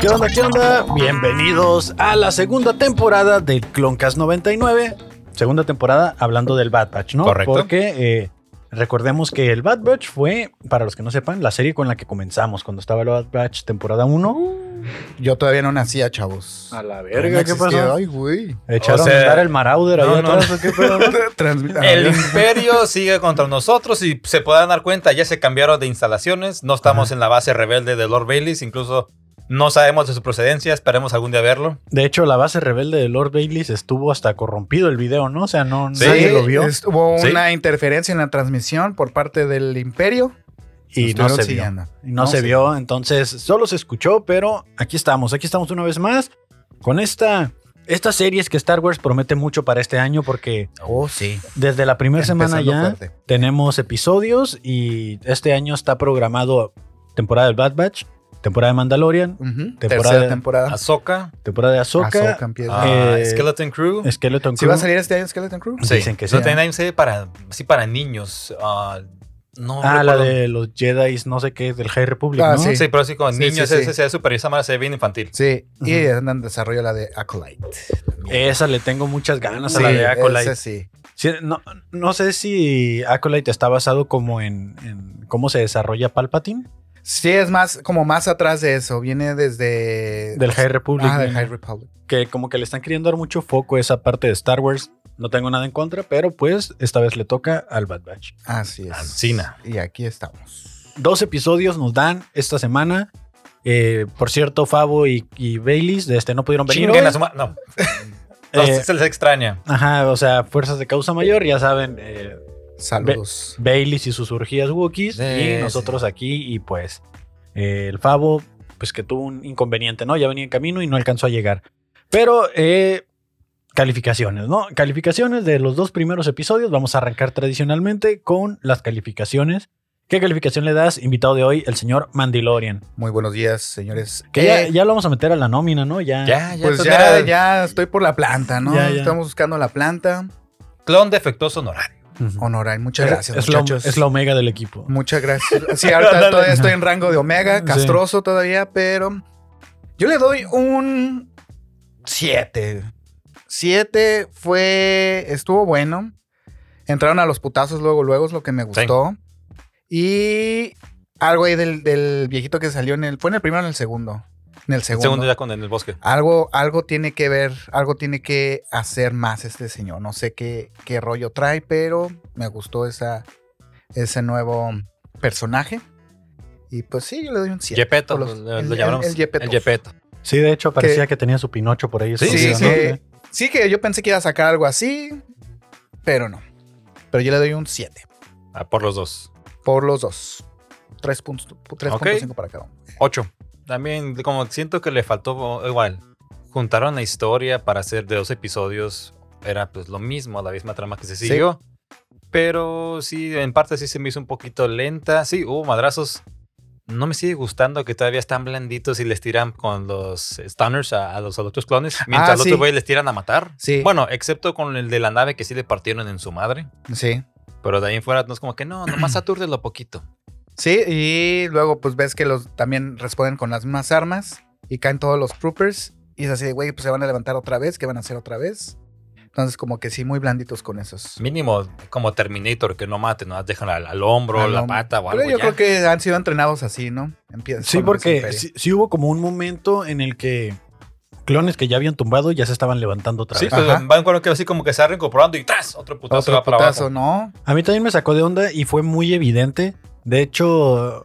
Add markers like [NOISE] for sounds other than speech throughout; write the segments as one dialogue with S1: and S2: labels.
S1: ¿Qué onda? ¿Qué onda? Bienvenidos a la segunda temporada del Cloncast 99. Segunda temporada hablando del Bad Batch, ¿no?
S2: Correcto.
S1: Porque eh, recordemos que el Bad Batch fue, para los que no sepan, la serie con la que comenzamos cuando estaba el Bad Batch temporada 1.
S2: Uh.
S3: Yo todavía no nacía, chavos.
S1: la
S3: No existía. Ay, [LAUGHS] güey.
S1: ¿Echaron
S2: O sea,
S1: a andar el Marauder ahí
S2: no, no,
S1: atrás o qué
S3: [LAUGHS]
S1: pedo?
S3: Transmi- Ah,
S2: El
S3: Dios.
S2: imperio sigue contra nosotros y se podrán dar cuenta, ya se cambiaron de instalaciones, no estamos en la base rebelde de Lord Baileys, incluso no sabemos de su procedencia, esperemos algún día verlo.
S1: De hecho, la base rebelde de Lord Bailey estuvo hasta corrompido el video, ¿no? O sea, no
S2: Sí,
S1: nadie lo vio
S3: es- Hubo
S2: Sí.
S3: una interferencia en la transmisión por parte del Imperio.
S1: y no se
S3: Estuvieron
S1: vio.
S3: siguiendo.
S1: Y no, se
S3: sí.
S1: vio, entonces solo se escuchó, pero aquí estamos, aquí estamos una vez más con esta estas series que Star Wars promete mucho para este año porque
S3: Oh, sí.
S1: desde la primera semana
S3: Empezando
S1: ya
S3: fuerte.
S1: tenemos episodios y este año está programado temporada del Bad Batch, temporada de Mandalorian,
S3: Ujú.
S1: Temporada-
S3: Tercera temporada.
S2: Ahsoka,
S1: temporada de Ahsoka,
S3: Ahsoka empieza.
S2: ah,
S1: Eh,
S2: Skeleton Crew.
S1: Skeleton
S3: ¿Sí
S1: Crew.
S3: va a salir este año Skeleton Crew?
S2: Sí.
S1: dicen que
S2: No
S1: sí.
S2: tenía ese para, sí, para niños. ah, no
S1: Ah, la
S2: recuerdo.
S1: de los Jedi, no sé qué, del High Republic,
S3: Ah,
S1: ¿no?
S3: sí.
S2: Sí, pero sí con
S3: Sí,
S2: niños,
S3: sí, sí.
S2: ese se ve superior, esa madre se ve bien infantil.
S3: Sí. Y
S1: Ujú.
S3: andan en desarrollo la de Acolyte.
S1: Esa le tengo muchas ganas a la
S3: Sí,
S1: de Acolyte.
S3: ese sí.
S1: Sí, no, no sé si Acolyte está basado como en, en cómo se desarrolla Palpatine
S3: Sí, es más, como más atrás de eso. Viene desde.
S1: del High Republic,
S3: Ah, del
S1: ¿no?
S3: High Republic.
S1: que como que le están queriendo dar mucho foco a esa parte de Star Wars. No tengo nada en contra, pero pues esta vez le toca al Bad Batch.
S3: Así es.
S2: Ancina.
S3: Y aquí estamos.
S1: Dos episodios nos dan esta semana. Eh, por cierto, Favo y, y Baileys de este no pudieron venir.
S2: Chinguen
S1: hoy.
S2: a su ma- No, No,
S1: Eh,
S2: se les extraña.
S1: ajá, o sea, fuerzas de causa mayor, ya saben, eh,
S3: Saludos.
S1: Baileys y sus urgías Wookiees
S3: Sí,
S1: y nosotros aquí y pues eh, el Favo pues que tuvo un inconveniente, ¿no? Ya venía en camino y no alcanzó a llegar. Pero eh, calificaciones, ¿no? Calificaciones de los dos primeros episodios. Vamos a arrancar tradicionalmente con las calificaciones. ¿Qué calificación le das, invitado de hoy, el señor Mandalorian?
S3: Muy buenos días, señores.
S1: Que ya,
S3: Eh,
S1: ya lo vamos a meter a la nómina, ¿no? ah, Ya.
S2: Ya, ya.
S3: Pues
S2: entonces,
S3: ya,
S2: mira,
S3: ya estoy por la planta, ¿no?
S1: Ya, ya.
S3: Estamos buscando la planta.
S2: Clon defectuoso honorario.
S1: Ujú.
S3: Honoray, muchas
S1: Es-
S3: gracias,
S1: es, lo,
S3: muchachos.
S1: es la omega del equipo.
S3: Muchas gracias. Sí,
S1: [LAUGHS]
S3: ahorita todavía estoy en rango de omega,
S1: Sí.
S3: castroso todavía, pero yo le doy un 7. 7 fue, estuvo bueno. Entraron a los putazos luego, luego es lo que me gustó. Y algo ahí del, del viejito que salió en el, fue en el primero o en el segundo. En el
S2: El
S3: segundo.
S2: segundo ya con en el bosque.
S3: Algo, algo tiene que ver, algo tiene que hacer más este señor. No sé qué, qué rollo trae, pero me gustó esa, ese nuevo personaje. Y pues sí, yo le doy un 7.
S2: Yepeto,
S3: Por los-
S2: lo,
S3: el-
S2: lo llamamos.
S3: el- el Yepeto.
S2: Yepeto.
S1: Sí, de hecho, parecía que, tenía su Pinocho por ahí.
S2: Sí,
S3: Sí,
S1: escondido,
S3: sí,
S1: ¿no?
S3: sí que yo pensé que iba a sacar algo así, pero no. Pero yo le doy un 7
S2: Ah, por los dos.
S3: por los dos. 3.5 para cada uno.
S2: Ocho. También, como siento que le faltó oh, igual. Juntaron la historia para hacer de dos episodios. Era pues lo mismo, la misma trama que se
S3: Sí.
S2: siguió. Pero sí, en parte sí se me hizo un poquito lenta. Sí, hubo madrazos. No me sigue gustando que todavía están blanditos y les tiran con los stunners a, a los otros clones. Mientras
S3: Ah,
S2: los
S3: sí.
S2: otros güeyes les tiran a matar.
S3: Sí,
S2: Bueno, excepto con el de la nave que sí le partieron en su madre.
S3: sí.
S2: Pero de ahí en fuera no es como que no, nomás atúrdelo poquito.
S3: Sí, y luego pues ves que los también responden con las mismas armas y caen todos los troopers y es así, de, güey, pues se van a levantar otra vez, ¿qué van a hacer otra vez? Entonces como que sí, muy blanditos con esos.
S2: Mínimo como Terminator, que no maten, no dejan al, al hombro,
S3: Al
S2: la
S3: hombro.
S2: pata o algo.
S3: Pero yo
S2: ya.
S3: creo que han sido entrenados así, ¿no? Empiezan
S1: Sí,
S3: con los
S1: porque
S3: imperios.
S1: sí, sí hubo como un momento en el que clones que ya habían tumbado ya se estaban levantando otra
S2: Sí,
S1: vez.
S2: pues
S3: Ajá.
S2: van cuando que así como que se va reincorporando y ¡tras! Otro putazo
S3: Otro
S2: va para
S3: putazo,
S2: abajo.
S3: ¿no?
S1: A mí también me sacó de onda y fue muy evidente. De hecho,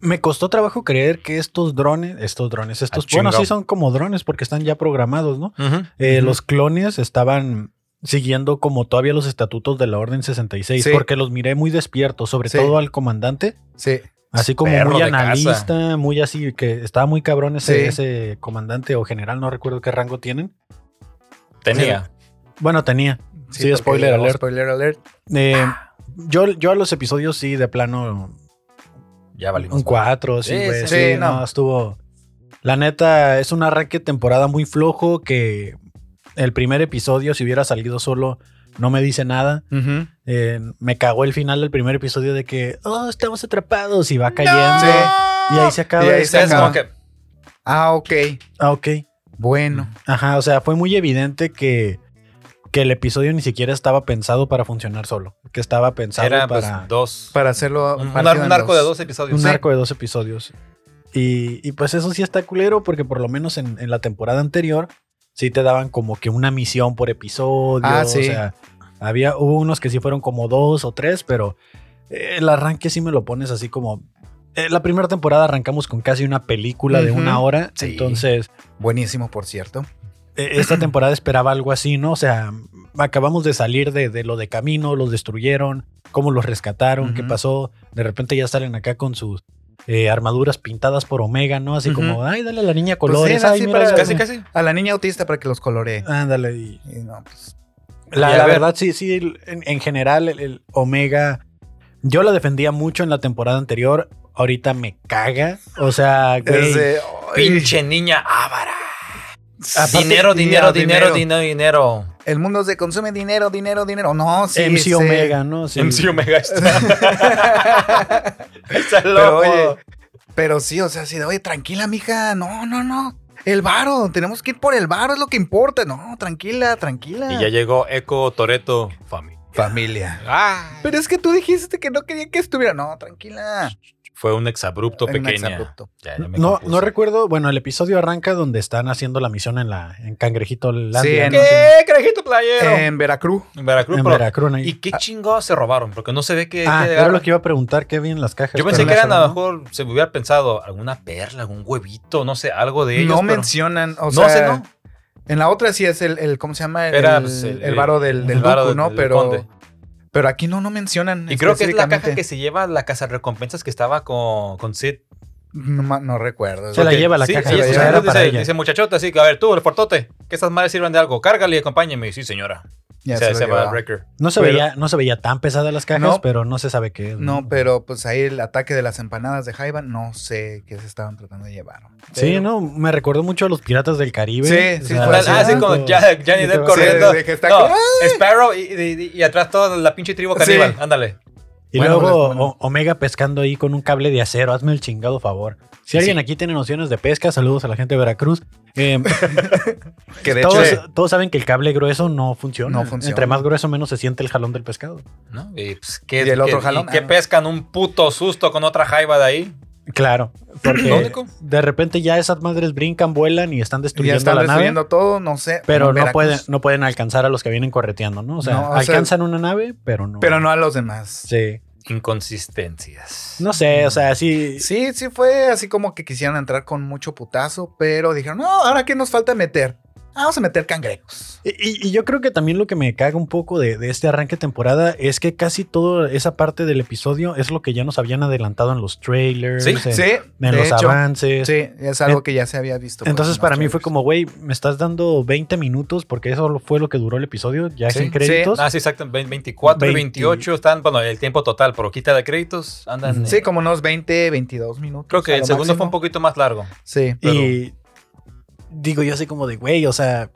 S1: me costó trabajo creer que estos drones, estos drones, estos,
S2: Ah,
S1: bueno,
S2: chingao.
S1: sí son como drones porque están ya programados, ¿no?
S2: Ujú.
S1: Eh,
S3: Ujú.
S1: Los clones estaban siguiendo como todavía los estatutos de la Orden 66
S3: Sí.
S1: porque los miré muy despiertos, sobre
S3: Sí.
S1: todo al comandante.
S3: Sí.
S1: Así como
S2: Perro
S1: muy
S2: de casa.
S1: analista, muy así, que estaba muy cabrón ese,
S3: Sí.
S1: ese comandante o general, no recuerdo qué rango tienen.
S2: Tenía.
S1: Bueno, tenía. Sí,
S3: porque
S1: spoiler
S3: luego
S1: alert.
S3: Spoiler alert.
S1: Eh, yo, yo a los episodios sí, de plano,
S2: Ya valimos.
S1: un 4, sí,
S2: Sí,
S1: güey. Sí,
S2: sí,
S3: sí,
S1: no.
S3: no.
S1: estuvo. La neta, es un arranque de temporada muy flojo que el primer episodio, si hubiera salido solo, no me dice nada. Eh, me cagó el final del primer episodio de que, oh, estamos atrapados y va cayendo.
S3: Sí.
S1: Y ahí se acaba.
S3: Y ahí
S1: el
S3: se
S2: Es
S1: tema.
S2: como
S3: acaba.
S2: que
S3: Ah, ok.
S1: Ah, ok.
S3: Bueno.
S1: Ajá, o sea, fue muy evidente que, que el episodio ni siquiera estaba pensado para funcionar solo. Que estaba pensado
S2: Era pues,
S1: para
S2: dos.
S3: Para hacerlo.
S2: un, un ar-
S3: partido
S2: un
S3: en
S2: arco de dos episodios.
S1: un
S2: Sí.
S1: arco de dos episodios. Y, y pues eso sí está culero porque por lo menos en, en la temporada anterior sí te daban como que una misión por episodio.
S3: Ah, sí.
S1: O sea, había, hubo unos que sí fueron como dos o tres, pero eh, el arranque sí me lo pones así como... eh, la primera temporada arrancamos con casi una película de
S3: Ujú.
S1: una hora.
S3: Sí.
S1: Entonces...
S3: Buenísimo, por cierto.
S1: eh, esta temporada esperaba algo así, ¿no? O sea, acabamos de salir de, de lo de camino, los destruyeron, cómo los rescataron, qué
S3: Ujú.
S1: pasó. De repente ya salen acá con sus eh, armaduras pintadas por Omega, ¿no? Así
S3: Ujú.
S1: como, ay, dale a la niña
S3: Pues
S1: colores.
S3: sí,
S1: ay,
S3: así
S1: mira,
S3: para-
S1: dale".
S2: Casi, casi.
S3: A la niña autista para que los coloree.
S2: Ah.
S1: Ándale. y-
S3: Y no, pues,
S1: La,
S2: Y a
S1: la
S2: ver.
S1: verdad, sí, sí, el- en, en general, el, el Omega, yo la defendía mucho en la temporada anterior. Ahorita me caga. O sea, güey,
S3: es de, "Ay".
S2: Pinche niña ávara.
S3: Ah, Aparte,
S2: dinero, dinero, dinero,
S3: dinero,
S2: dinero, dinero.
S3: El mundo se consume dinero, dinero, dinero. No, sí.
S1: MC
S3: sí.
S1: Omega, ¿no? Sí.
S2: MC Omega está. está
S3: Pero
S2: loco.
S3: oye, [LAUGHS] pero sí, o sea, sí, de, oye, tranquila, mija. No, no, no. El varo, tenemos que ir por el varo, es lo que importa. No, tranquila, tranquila.
S2: y ya llegó Eco Toreto. Familia.
S3: Familia.
S2: Ah,
S3: Pero es que tú dijiste que no quería que estuviera. No, tranquila.
S2: fue un exabrupto
S3: Era un
S2: pequeña.
S3: exabrupto.
S2: Ya, ya me
S1: No,
S3: pues.
S2: compuse.
S1: no recuerdo. Bueno, el episodio arranca donde están haciendo la misión en la en Cangrejito Landia,
S3: en-
S1: ¿no? Eh,
S2: ¿Qué, Carajito Playero?
S3: En Veracruz.
S2: en Veracruz,
S1: En
S2: pero-
S1: Veracruz. ahí.
S2: ¿Y qué chingados se robaron? Porque no se ve que.
S1: ah,
S2: que
S1: era
S2: agarra-
S1: lo que iba a preguntar. ¿Qué había en las cajas?
S2: Yo pensé
S1: Pero
S2: que
S1: no
S2: era a
S1: son,
S2: lo
S1: ¿no?
S2: mejor, se me hubiera pensado alguna perla, algún huevito, no sé, algo de ellos.
S3: no
S2: pero-
S3: mencionan, o
S2: No
S3: sea,
S2: sé, ¿no?
S3: en la otra sí es el, el- ¿cómo se llama? El,
S2: Era,
S3: el,
S2: pues, el-
S3: el varo del, del
S2: el varo
S3: Goku, ¿no?
S2: del
S3: pero,
S2: conde.
S3: pero aquí no, no mencionan.
S2: Y creo que es la caja que
S3: específicamente.
S2: se lleva la casa recompensas que estaba con, con Sid.
S3: No, ma- no recuerdo.
S1: Se la
S2: Porque-
S1: lleva la caja,
S2: y
S3: se la
S2: eso
S3: lleva.
S1: Era para
S2: dice,
S1: ella.
S2: dice muchachota, así que a ver, tú, el fortote, que estas madres sirvan de algo, cárgale y acompáñame. Y, Sí, señora.
S3: Ya
S2: O sea,
S3: se lo
S2: se va
S3: llevaba.
S2: al Wrecker.
S1: No se,
S3: Pero-
S1: veía, no se veía tan pesada las cajas,
S3: No.
S1: pero no se sabe qué es.
S3: No, pero pues ahí el ataque de las empanadas de Jaiba, no sé qué se estaban tratando de llevar.
S1: Sí, no, me recordó mucho a los piratas del Caribe.
S3: Sí, sí,
S2: Ah,
S3: Pues,
S1: así
S2: ah, sí,
S1: como-
S2: con Ja- Johnny
S1: y te
S2: Depp
S1: vas-
S2: corriendo.
S3: Sí, de que está
S2: No,
S3: como,
S2: [LAUGHS] Sparrow y, y- y atrás toda la pinche tribu caníbal.
S3: Sí.
S2: Ándale.
S1: Y
S3: Bueno, pues,
S1: luego
S3: bueno.
S1: o- Omega pescando ahí con un cable de acero. Hazme el chingado favor. Si alguien aquí tiene nociones de pesca, saludos a la gente de Veracruz. Eh,
S3: Que [LAUGHS] de
S1: todos,
S3: hecho
S1: todos saben que el cable grueso no funciona.
S3: No funciona.
S1: Entre más grueso, menos se siente el jalón del pescado.
S2: ¿no? Y, pues, ¿qué,
S3: Y el otro
S2: qué-
S3: jalón,
S2: y qué
S3: ah, no.
S2: pescan un puto susto con otra jaiba de ahí.
S1: Claro,
S2: Lo
S1: porque
S2: único.
S1: de repente ya esas madres brincan, vuelan y están
S3: ya
S1: destruyendo
S3: están
S1: la nave.
S3: destruyendo todo, no sé.
S1: Pero
S3: en
S1: no
S3: Veracruz.
S1: pueden, no pueden alcanzar a los que vienen correteando, ¿no? O sea,
S3: No, o sea-
S1: alcanzan una nave, pero no.
S3: Pero no a los demás.
S1: Sí.
S2: Inconsistencias.
S1: No sé, o sea, sí.
S3: Sí, sí fue así como que quisieron entrar con mucho putazo, pero dijeron, no, ahora qué nos falta meter. Ah, Vamos a meter cangrejos.
S1: Y, y- y yo creo que también lo que me caga un poco de, de este arranque de temporada es que casi toda esa parte del episodio es lo que ya nos habían adelantado en los trailers,
S2: Sí,
S1: en,
S3: Sí,
S1: en
S3: de
S1: los
S3: hecho,
S1: avances.
S3: Sí, es algo que ya se había visto. pues,
S1: Entonces
S3: en
S1: para
S3: los
S1: mí fue
S3: trailers.
S1: como, güey, me estás dando 20 minutos porque eso fue lo que duró el episodio, ya
S3: Sí,
S1: sin
S3: sí.
S1: créditos.
S2: Ah, sí, exacto. ve- 24 y
S1: 20.
S2: 28 están, bueno, el tiempo total, pero quita de créditos, andan.
S3: Sí,
S2: eh,
S3: como unos 20, 22 minutos.
S2: creo que
S3: a
S2: el
S3: lo
S2: segundo fue un
S3: máximo.
S2: poquito más largo.
S3: Sí.
S1: Y digo yo así como de, güey, o sea,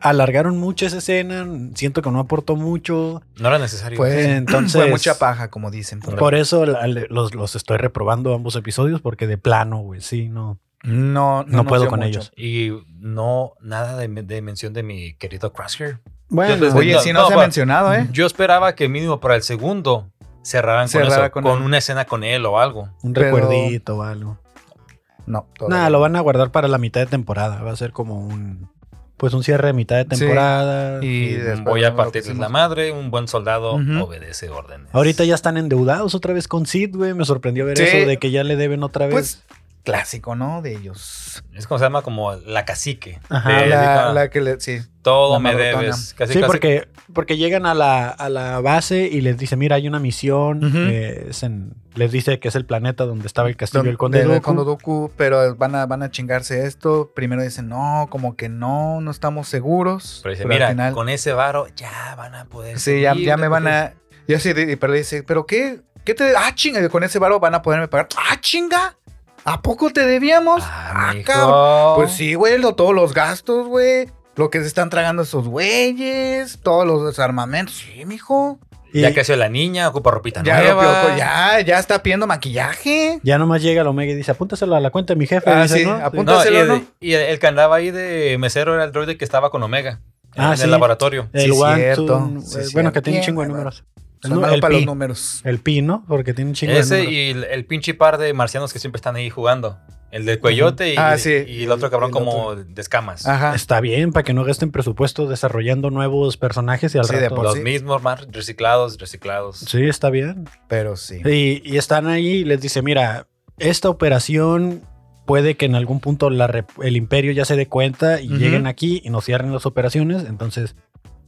S1: alargaron mucho esa escena, siento que no aportó mucho.
S2: No era necesario.
S3: Fue, [LAUGHS]
S1: Entonces-
S3: fue mucha paja, como dicen. por ahí.
S1: Por eso la- le- los, los estoy reprobando ambos episodios porque de plano, güey, sí, no,
S3: no,
S1: no,
S3: nos
S1: puedo
S3: dio
S1: con
S3: mucho.
S1: ellos.
S2: y no, nada de, de mención de mi querido Crusher.
S1: Bueno,
S2: Yo te-
S3: Oye,
S2: No,
S3: sí no,
S2: no,
S3: se ha
S2: bueno.
S3: mencionado, ¿eh?
S2: Yo esperaba que mínimo para el segundo cerraran con
S3: Cerrara
S2: eso,
S3: con
S2: con,
S3: él.
S2: una escena con él o algo.
S1: un
S3: pero-
S1: recuerdito o algo.
S3: No, todavía
S1: Nada,
S3: no.
S1: lo van a guardar para la mitad de temporada. Va a ser como un, pues un cierre de mitad de
S3: Sí.
S1: temporada.
S3: Y después
S2: Voy a
S3: vemos lo que
S2: partir de la
S3: hicimos.
S2: madre, un buen soldado
S3: Ujú.
S2: obedece órdenes.
S1: Ahorita ya están endeudados otra vez con Sid, güey. Me sorprendió ver
S3: Sí.
S1: eso de que ya le deben otra vez.
S3: Pues clásico, ¿no? De ellos. Eh,
S2: Es como se llama como la cacique.
S1: Ajá,
S2: De-
S3: la,
S2: de-
S3: la que le. Sí.
S2: todo
S3: la
S2: me
S3: madrotona.
S2: debes. Casi,
S1: sí,
S2: casi-
S1: porque, porque llegan a la, a la base y les dice, mira, hay una misión.
S3: Ujú.
S1: eh, es en- les dice que es el planeta donde estaba el castillo del Conde
S3: del
S1: Dooku.
S3: Conde Dooku, pero van a, van a chingarse esto. Primero dicen, no, como que no, no estamos seguros.
S2: Pero dice,
S3: Pero al
S2: mira,
S3: final-
S2: con ese varo ya van a poder.
S3: Sí, ya,
S2: salir
S3: ya
S2: de
S3: me van a. Ya sí, di- pero dice, ¿pero qué? ¿Qué te.? Ah, chinga, con ese varo van a poderme pagar. ¡Ah, chinga! ¿A poco te debíamos?
S2: Ah, mijo.
S3: cabrón. Pues sí, güey, lo- todos los gastos, güey. Lo que se están tragando esos güeyes, todos los armamentos. Sí, mijo.
S1: Y
S2: Ya creció la niña, ocupa ropita
S3: Ya,
S2: nueva.
S3: rompió- ya, ya está pidiendo maquillaje.
S1: ya nomás llega el Omega y dice, apúntaselo a la cuenta de mi jefe.
S3: Ah,
S1: dice,
S3: sí,
S1: ¿no?
S3: apunta-
S2: No, y,
S3: Póntaselo,
S2: el, y el- el que andaba ahí de mesero era el droide que estaba con Omega.
S1: Ah,
S2: en
S1: sí.
S2: el laboratorio.
S1: El
S3: Sí,
S1: one,
S3: cierto,
S1: two,
S3: sí,
S1: eh,
S3: cierto.
S1: bueno, que tiene un
S3: Bien,
S1: chingo de
S3: bueno.
S1: números.
S3: Es
S1: No,
S3: malo
S1: el
S3: para
S1: pi.
S3: los números.
S1: El pi, ¿no? Porque tiene un chingo de
S2: Ese
S1: números.
S2: y el, el pinche par de marcianos que siempre están ahí jugando. El del cuellote y,
S3: Ah, sí.
S2: y el otro cabrón
S3: El
S2: como
S3: otro.
S2: de escamas.
S3: Ajá.
S1: Está bien, para que no gasten presupuesto desarrollando nuevos personajes y al
S3: Sí, de
S1: rato-
S3: por
S2: Los
S3: sí.
S2: mismos más reciclados, reciclados.
S1: Sí, está bien.
S3: Pero sí.
S1: Y, y están ahí y les dice, mira, esta operación puede que en algún punto la rep- el imperio ya se dé cuenta y
S3: Ujú.
S1: lleguen aquí y nos cierren las operaciones, entonces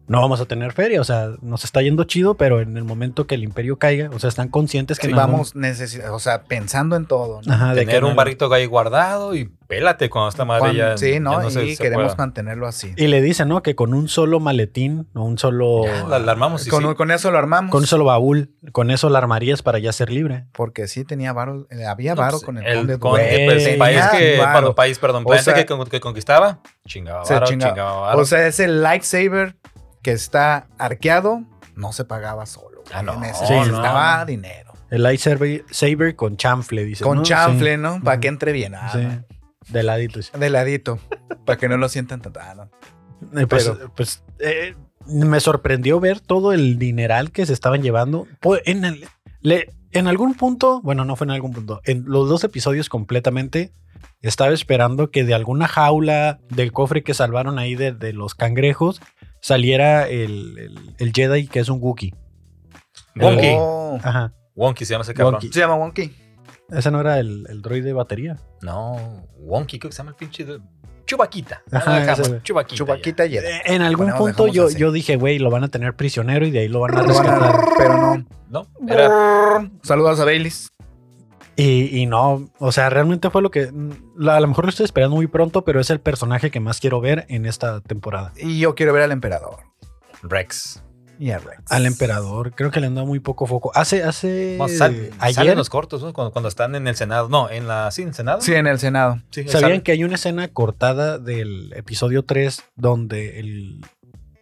S1: no vamos a tener feria, o sea, nos está yendo chido, pero en el momento que el imperio caiga, o sea, están conscientes que
S3: Sí,
S1: en algún-
S3: vamos necesi- o sea, pensando en todo. ¿no?
S1: Ajá, de que
S2: Tener
S1: en
S2: un
S1: el-
S2: barrito ahí guardado y pélate cuando esta [LAUGHS] madre
S3: Cuando-
S2: ya.
S3: sí, ¿no?
S2: ya se-
S3: y
S2: se
S3: queremos
S2: pueda.
S3: mantenerlo así.
S1: Y le dicen, ¿no? Que con un solo maletín o un solo...
S2: Ya, la, la armamos y
S3: con,
S2: sí.
S3: con eso lo armamos.
S1: Con un solo baúl, con eso la armarías para ya ser libre.
S3: Porque sí tenía varo, eh, había
S2: No,
S3: varo
S2: pues,
S3: con el,
S2: el
S3: conde.
S1: güey.
S2: conde, pues,
S1: Tenía
S2: país que,
S3: varo.
S2: cuando país, perdón,
S3: O
S2: país
S3: sea,
S2: que, con- que conquistaba, chingaba
S3: se
S2: varo,
S3: chinga-
S2: chingaba, varo.
S3: O sea, ese lightsaber que está arqueado no se pagaba solo. güey.
S2: Ah, no,
S3: En ese
S1: sí,
S3: entonces
S1: no.
S3: estaba dinero.
S1: El lightsaber saber con chanfle, dice.
S3: con
S1: ¿no?
S3: chanfle, ¿no? Para
S1: Ujú.
S3: que entre bien. Ah,
S1: Sí, de ladito. dice.
S3: De ladito. [LAUGHS] para que no lo sientan tanto. Ah, no.
S1: Eh, Pues,
S3: Pero-
S1: pues, eh, me sorprendió ver todo el dineral que se estaban llevando. Pues, en, el- le- en algún punto, bueno, no fue en algún punto, en los dos episodios completamente, estaba esperando que de alguna jaula del cofre que salvaron ahí de, de los cangrejos saliera el, el- el Jedi, que es un Wookiee.
S2: Wonky.
S3: Oh.
S1: Ajá.
S2: Wonky se llama ese cabrón.
S1: Wonky.
S3: Se llama Wonky.
S1: Ese no era el, el droid de batería.
S2: No, Wonky, creo que se llama el pinche. de- Chubaquita.
S1: Ajá,
S2: Ah, dejamos,
S1: ese.
S2: Chubaquita.
S3: Chubaquita Jedi.
S1: Eh, En algún
S3: Bueno,
S1: punto
S3: dejamos
S1: yo,
S3: así.
S1: yo dije, güey, lo van a tener prisionero y de ahí lo van a
S3: Lo van a
S1: rescatar.
S3: dar, pero no.
S2: ya. No, era.
S3: Saludos a Baileys.
S1: Y, y no, o sea, realmente fue lo que. la- A lo mejor lo estoy esperando muy pronto, pero es el personaje que más quiero ver en esta temporada.
S3: Y yo quiero ver al emperador.
S2: Rex.
S3: Y a Rex.
S1: Al emperador, creo que le han dado muy poco foco. Hace, hace.
S2: No, sal-
S1: ayer.
S2: Salen los cortos, ¿no? Cuando, cuando están en el Senado. No, en la. Sí, en el Senado.
S3: Sí, en el Senado.
S2: Sí,
S1: ¿Sabían
S2: salen.
S1: que hay una escena cortada del episodio 3 donde el,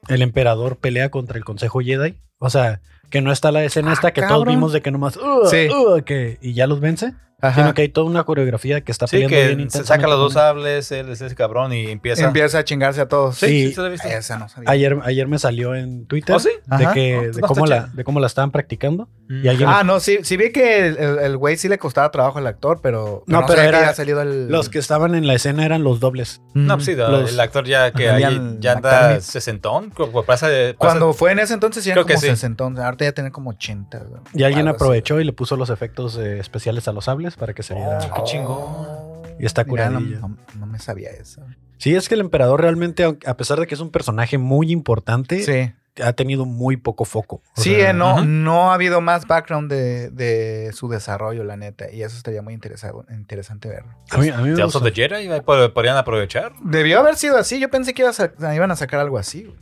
S1: el emperador pelea contra el Consejo Jedi? O sea, que no está la escena
S3: Ah,
S1: esta que todos
S3: cabrón.
S1: vimos de que nomás. "Ugh,
S3: Sí.
S1: ugh", que, y ya los vence,
S3: Ajá.
S1: sino que hay toda una coreografía que está
S2: Sí,
S1: peleando bien
S2: que se
S1: intensamente
S2: saca los dos
S1: con él.
S2: sables, él es ese cabrón y empieza.
S3: Empieza a chingarse a todos.
S2: Sí,
S1: Sí.
S2: sí, se lo he visto.
S3: Esa no sabía.
S1: Ayer, ayer me salió en Twitter.
S2: ¿Oh, sí?
S1: de
S3: Ajá.
S1: que
S2: Ah, pues
S1: de
S2: no
S1: cómo
S2: está
S1: la
S2: chido.
S1: de cómo la estaban practicando y alguien
S3: Ah, no, sí, sí vi que el- el el güey sí le costaba trabajo al actor, pero
S1: No, pero
S3: sabía
S1: era-
S3: que había salido el
S1: los que estaban en la escena eran los dobles
S2: No, pues sí,
S1: Los-
S2: el actor ya que
S3: Ajá,
S2: ahí
S3: Ian
S2: ya anda
S3: McDermott.
S2: sesentón. creo que Pasa, de- pasa-
S3: Cuando fue en ese entonces ya
S2: Creo
S3: eran
S2: que
S3: como
S2: sí.
S3: 60, ahorita ya tiene como 80. güey.
S1: y alguien
S3: Algo así.
S1: aprovechó y le puso los efectos eh, especiales a los sables para que se viera.
S2: Oh. Qué chingón.
S1: Y está
S3: Mira, no,
S1: curadilla.
S3: no- no me sabía eso.
S1: Sí, es que el emperador realmente aunque- a pesar de que es un personaje muy importante
S3: Sí,
S1: ha tenido muy poco foco. O
S3: sí,
S1: sea,
S3: eh, no,
S2: Ujú.
S3: no ha habido más background de, de su desarrollo, la neta. Y eso estaría muy interesado, interesante verlo.
S1: A mí, a mí me
S2: Tales
S1: gustó.
S2: of the Jedi, ahí pod- podrían aprovechar.
S3: Debió haber sido así. Yo pensé que iba a sa- iban a sacar algo así. güey.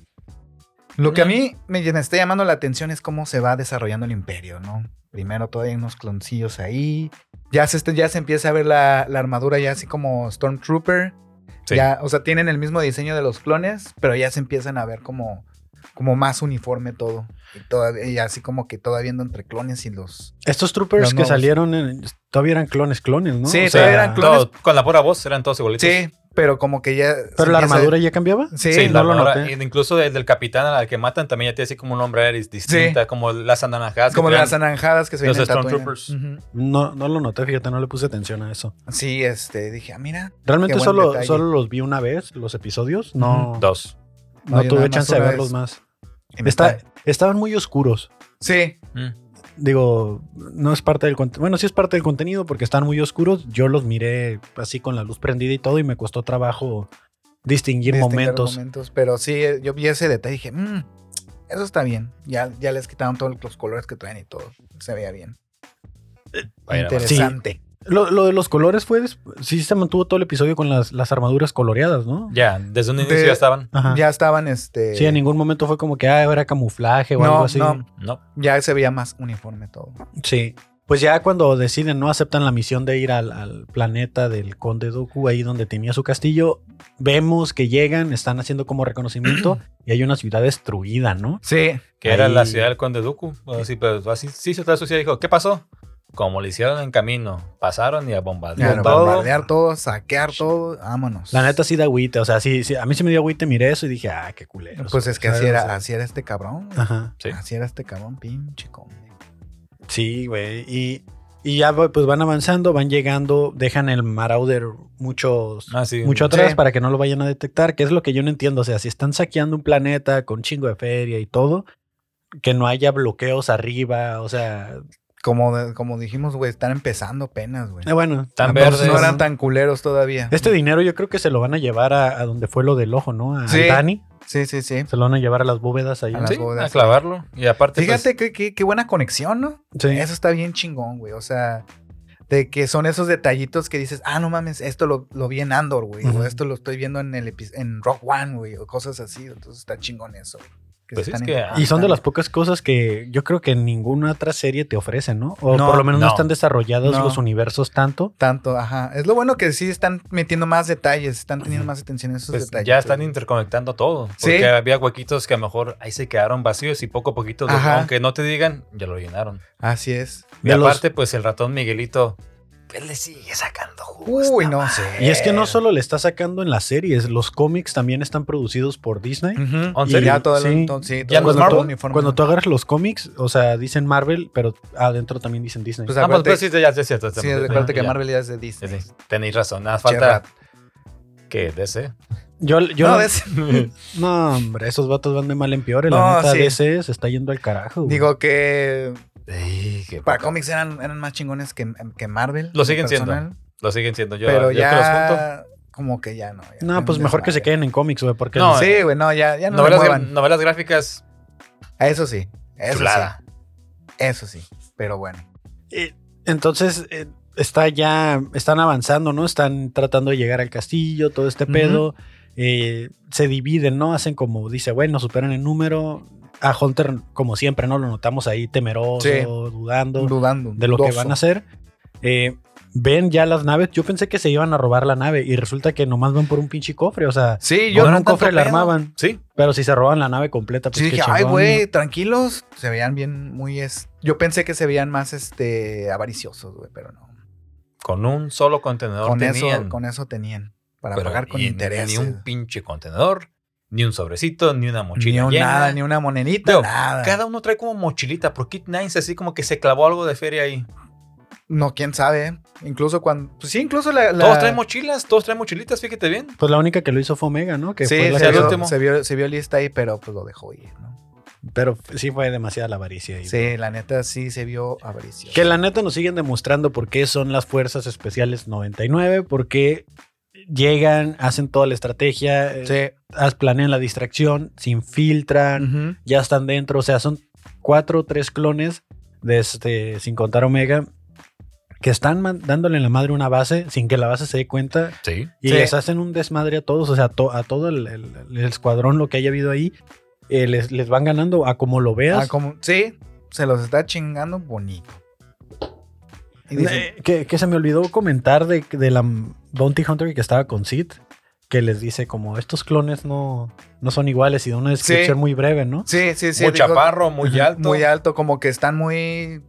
S3: Lo que a mí me, me está llamando la atención es cómo se va desarrollando el imperio, ¿no? Primero todavía hay unos cloncillos ahí. Ya se, este- ya se empieza a ver la, la armadura ya así como Stormtrooper.
S2: Sí.
S3: Ya, o sea, tienen el mismo diseño de los clones, pero ya se empiezan a ver como, como más uniforme todo. Y, toda- y así como que todavía viendo entre clones y los...
S1: Estos troopers
S3: Los
S1: que
S3: nuevos.
S1: salieron en- todavía eran clones clones, ¿no?
S3: Sí, todavía eran clones.
S2: Todos- con la pura voz eran todos igualitos.
S3: Sí, pero como que ya... se
S1: Pero la
S3: empieza-
S1: armadura ya cambiaba.
S3: Sí,
S2: Sí,
S1: no
S2: la
S1: lo
S2: armadura,
S1: noté.
S2: e Incluso el del capitán al que matan también ya tiene así como un nombre dis- distinta, como las ananajadas. que
S3: como
S2: traen.
S3: las anaranjadas que se ven
S2: Los
S3: en Tatooine.
S2: Stormtroopers.
S3: Ujú.
S1: No, no lo noté, fíjate, no le puse atención a eso.
S3: Sí, este, dije, ah, mira.
S1: Realmente
S3: Qué buen
S1: solo,
S3: detalle.
S1: solo los vi una vez, los episodios. No,
S2: Dos.
S1: no
S3: No, yo
S1: tuve
S3: nada más
S1: chance de
S3: una
S1: verlos
S3: vez.
S1: más.
S3: y me
S1: Está,
S3: está-
S1: estaban muy oscuros.
S3: Sí, este,
S2: Mm.
S1: Digo, no es parte del contenido. Bueno, sí es parte del contenido porque están muy oscuros. Yo los miré así con la luz prendida y todo y me costó trabajo distinguir,
S3: distinguir
S1: momentos.
S3: Pero sí, eh, yo vi ese detalle y dije, "Mm, eso está bien. Ya, ya les quitaron todos los colores que traen y todo. Se veía bien.
S2: Vaya,
S3: Interesante.
S1: Lo, lo de los colores fue. des- Sí se mantuvo todo el episodio con las, las armaduras coloreadas, ¿no?
S2: Ya, desde un inicio
S3: De-
S2: ya estaban.
S1: Ajá. Eh.
S3: Ya estaban, este.
S1: Sí, en ningún momento fue como que ah, era camuflaje o
S3: no,
S1: algo así.
S3: no,
S2: No.
S3: ya se veía más uniforme todo.
S1: Sí. Pues ya cuando deciden, no aceptan la misión de ir al, al planeta del Conde Dooku, ahí donde tenía su castillo, vemos que llegan, están haciendo como
S3: [CLEARS THROAT]
S1: reconocimiento y hay una ciudad destruida, ¿no?
S3: Sí.
S2: Que era la
S1: Ahí-
S2: ciudad del Conde Dooku. Así, pero así sí se trae su ciudad y dijo, ¿qué pasó? Como le hicieron en camino, pasaron y a bombardear
S3: Claro,
S2: todo.
S3: bombardear todo, saquear todo, vámonos.
S1: La neta sí da agüite, o sea, sí, sí, a mí se me dio agüite, miré eso y dije, ah, qué culero.
S3: Pues es que así
S2: Claro,
S3: era,
S2: sí.
S3: así era este cabrón. güey.
S1: Ajá.
S2: Sí.
S3: Así era este cabrón, pinche conde.
S1: Sí, güey. Y, y ya pues van avanzando, van llegando, dejan el Marauder muchos,
S2: Ah, sí.
S1: mucho atrás
S3: Sí.
S1: para que no lo vayan a detectar, que es lo que yo no entiendo. O sea, si están saqueando un planeta con chingo de feria y todo, que no haya bloqueos arriba, o sea,
S3: Como, de- como dijimos, güey, están empezando apenas, güey.
S1: eh, bueno.
S2: Tan
S1: tampoco-
S2: verdes.
S3: No
S1: no
S3: eran
S1: eran tan-
S3: tan culeros todavía.
S1: Este dinero yo creo que se lo van a llevar a, a donde fue lo del ojo, ¿no? A
S3: Sí.
S1: Dani.
S3: Sí, sí, sí.
S1: Se lo van a llevar a las bóvedas ahí.
S3: A las
S2: Sí, a
S3: bodas.
S2: clavarlo. Y aparte, pues,
S3: Fíjate qué- qué- qué buena conexión, ¿no?
S1: Sí.
S3: Eso está bien chingón, güey. O sea, de que son esos detallitos que dices, ah, no mames, esto lo, lo vi en Andor, güey.
S1: Ujú.
S3: O esto lo estoy viendo en el epi- en Rock One, güey. O cosas así. Entonces está chingón eso. que
S2: Pues
S3: se
S2: es
S3: están
S2: que-
S3: integrando.
S1: Y son de las pocas cosas que yo creo que ninguna otra serie te ofrece, ¿no? O
S3: No,
S1: por lo menos no,
S2: no.
S1: están desarrollados
S3: No.
S1: los universos tanto.
S3: Tanto, ajá. Es lo bueno que sí están metiendo más detalles, están teniendo más atención en esos
S2: pues,
S3: detalles.
S2: ya están
S3: güey.
S2: interconectando todo. Porque
S3: Sí.
S2: había huequitos que a lo mejor ahí se quedaron vacíos y poco a poquito, lo-
S3: Ajá.
S2: aunque no te digan, ya lo llenaron.
S3: Así es.
S2: Y
S1: De los-
S2: aparte, pues el ratón Miguelito, él le sigue sacando jugo. esta
S3: Uy,
S2: Ah,
S3: no
S2: madre.
S3: sé.
S1: Y es que no
S2: eh.
S1: solo le está sacando en las series, los cómics también están producidos por Disney.
S3: Ujú.
S2: ¿En
S3: Y
S2: serio?
S3: ya todo el,
S1: Sí.
S3: todo- sí,
S2: Ya no es
S3: todo
S2: Marvel.
S3: el- todo el
S1: Cuando, tú,
S3: uniforme.
S1: cuando tú agarras los cómics, o sea, dicen Marvel, pero adentro también dicen Disney.
S3: Pues,
S2: Ah, pues,
S3: acuérdate-
S2: pues, sí, ya, ya es cierto.
S3: Sí, recuerda que
S2: Ya.
S3: Marvel ya es de Disney.
S2: Sí, sí, Tenéis razón. Nada más
S3: Che,
S2: falta
S3: rat-
S2: que DC.
S1: yo, yo,
S3: No,
S1: no,
S3: es-
S1: hombre, esos vatos van de mal en peor. y La
S3: No,
S1: neta
S3: sí.
S1: DC se está yendo al carajo. güey.
S3: [LAUGHS] digo que
S2: Ey, qué
S3: para
S2: poca-
S3: cómics eran, eran más chingones que, que Marvel.
S2: Lo siguen
S3: en
S2: siendo.
S3: personal.
S2: Lo siguen siendo. Yo,
S3: pero
S2: yo que los junto.
S3: ya como que ya no. ya
S1: no,
S3: fue
S1: pues
S3: un
S1: mejor que se
S3: desmadre.
S1: queden en cómics, güey, porque
S2: No,
S3: Sí, güey, no, eh. ya, ya no le
S2: novelas, gra-
S3: muevan.
S2: novelas gráficas,
S3: A Eso sí. Eso
S2: chulada.
S3: sí. Eso sí. Pero bueno.
S1: Eh, Entonces eh, está ya, están avanzando, ¿no? Están tratando de llegar al castillo, todo este
S3: Ujú.
S1: pedo. Eh, se dividen, ¿no? Hacen como, dice, bueno, superan el número. A Hunter, como siempre, ¿no? Lo notamos ahí temeroso,
S3: Sí.
S1: dudando
S3: Dudando.
S1: de lo que van a hacer. Eh, ven ya las naves. Yo pensé que se iban a robar la nave y resulta que nomás van por un pinche cofre. O sea,
S3: Sí, yo
S1: yo
S3: no
S1: un
S3: tanto
S1: cofre la
S3: pedo.
S1: armaban,
S2: Sí,
S1: pero si se roban la nave completa, pues
S3: Sí,
S1: qué
S3: dije, ay,
S1: chingón,
S3: güey, tranquilos. Se veían bien, muy. Es... Yo pensé que se veían más este avariciosos, güey, pero no.
S2: con un solo contenedor
S3: Con
S2: tenían.
S3: eso, con eso tenían. Para
S2: pero
S3: pagar con
S2: y-
S3: interés.
S2: Ni un pinche contenedor, ni un sobrecito, ni una mochila. llena.
S3: nada, ni una monedita,
S2: Digo,
S3: nada.
S2: Cada uno trae como mochilita, por Kit Nines así como que se clavó algo de feria ahí.
S3: No, quién sabe. Incluso cuando. Pues sí, incluso la. la-
S2: Todos traen mochilas, todos traen mochilitas, fíjate bien.
S1: Pues la única que lo hizo fue Omega, ¿no? Que
S3: Sí,
S1: fue la
S2: sí,
S1: que
S3: se
S2: el
S1: lo-
S2: último.
S3: vio, se, vio, se vio lista ahí, pero pues lo dejó ir, ¿no?
S1: Pero sí fue demasiada la avaricia. ahí.
S3: Sí, la neta sí se vio avaricioso.
S1: Que la neta nos siguen demostrando por qué son las fuerzas especiales 99, por qué llegan, hacen toda la estrategia, eh,
S3: Sí.
S1: as- planean la distracción, se infiltran,
S3: Ujú.
S1: ya están dentro. O sea, son cuatro o tres clones de este, sin contar Omega, que están man- dándole en la madre una base sin que la base se dé cuenta
S2: Sí.
S1: y
S3: Sí.
S1: les hacen un desmadre a todos, o sea, a, to- a todo el, el- el escuadrón, lo que haya habido ahí. eh, les, les van ganando a como lo veas.
S3: Ah, como- sí, se los está chingando bonito. Y dice,
S1: Eh, que, que se me olvidó comentar de, de la Bounty Hunter que estaba con Sid, que les dice como estos clones no, no son iguales y da una descripción muy breve, ¿no?
S3: sí, sí, sí.
S2: muy
S3: dijo-
S2: chaparro, muy
S3: Ajá,
S2: alto.
S3: Muy alto, como que están muy.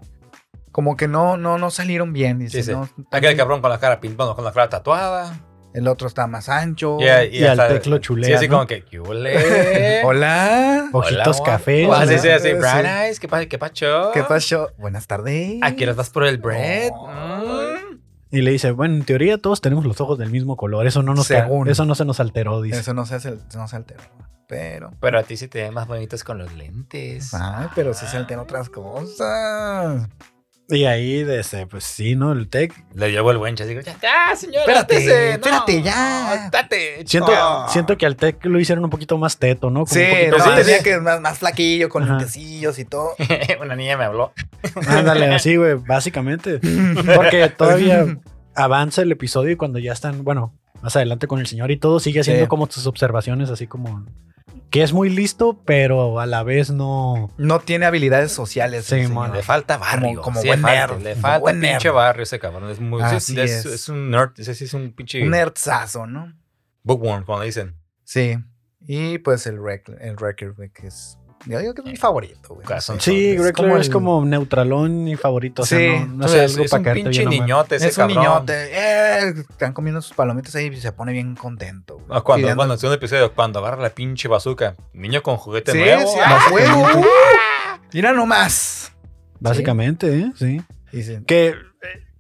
S3: Como que no, no, no salieron bien. Dice,
S2: Sí, sí.
S3: no,
S2: Aquel cabrón con la cara pintada, con la cara tatuada.
S3: El otro está más ancho.
S1: Y al teclo chulea,
S2: Sí, así
S1: ¿no?
S2: como que, ¿qué hule?
S3: [LAUGHS] Hola.
S1: Ojitos cafés,
S2: Ah, sí,
S3: ¿no?
S2: sí, así,
S3: Sí.
S2: brown eyes, ¿qué pa- qué pacho?
S1: Ah.
S3: ¿Qué pasó? Buenas tardes.
S2: ¿A qué horas vas por el bread?
S3: Oh.
S2: Mm.
S1: Y le dice, bueno, en teoría todos tenemos los ojos del mismo color, eso no, nos
S3: Según.
S1: eso no se nos alteró, dice.
S3: Eso no se, hace- no se alteró. Pero.
S2: Pero a ti sí te ven más bonitos con los lentes.
S1: Ah.
S3: Ay, pero sí se alteran otras cosas.
S1: Y ahí, desde, pues sí, ¿no? El tech.
S2: Le llevo el buen chas, digo, ya, ya, señor,
S3: Espérate,
S2: ántese,
S3: espérate, ya.
S2: estate,
S1: Siento,
S2: chico.
S1: siento que al tech lo hicieron un poquito más teto, ¿no? Como
S3: Ah. Sí,
S1: un poquito
S3: no,
S2: sí,
S1: más-
S3: tenía
S2: sí.
S3: que más, más flaquillo, con
S1: Ajá.
S3: lentecillos y todo.
S2: [LAUGHS] Una niña me habló.
S1: [LAUGHS] Ándale, así, güey, básicamente.
S3: [LAUGHS]
S1: Porque [LAUGHS] todavía avanza el episodio y cuando ya están, bueno, más adelante con el señor y todo, sigue haciendo
S3: Sí.
S1: como sus observaciones, así como que es muy listo, pero a la vez no.
S3: No tiene habilidades sociales.
S1: Sí,
S3: el
S1: man.
S2: Le
S3: señor.
S2: falta barrio.
S3: Ah. Como- como
S2: sí,
S3: buen
S2: le falta-
S3: nerd,
S2: Le
S3: como
S2: falta
S3: buen
S2: pinche
S3: nerd.
S2: barrio ese cabrón. Es, muy, sí, es,
S3: Así
S2: es-
S3: es.
S2: es un nerd. Ese sí es un pinche
S3: Un nerdazo, ¿no?
S2: bookworm, como le dicen.
S3: Sí. Y pues el, rec el Record, güey, que es. Yo digo que es mi favorito, güey.
S2: Corazón.
S3: No sé.
S1: Sí,
S3: Es
S1: Greg
S3: como
S1: Clare es
S3: el-
S1: como neutralón y favorito. O sea,
S3: Sí,
S1: no, no sé,
S2: Entonces,
S1: algo
S2: es
S1: para
S2: un
S1: caerte
S2: pinche
S1: bien o mal.
S2: niñote ese
S3: Es un
S2: cabrón.
S3: niñote. Eh, están comiendo sus palomitas ahí y se pone bien contento. güey.
S2: Ah, Cuando,
S3: Pidiendo-
S2: cuando en un episodio, cuando agarra la pinche bazooka, niño con juguete
S3: Sí,
S2: nuevo.
S3: sí,
S2: ah,
S3: a huevo. Uh, Mira nomás.
S1: Básicamente, ¿eh? Sí.
S3: Dicen,
S1: Que eh,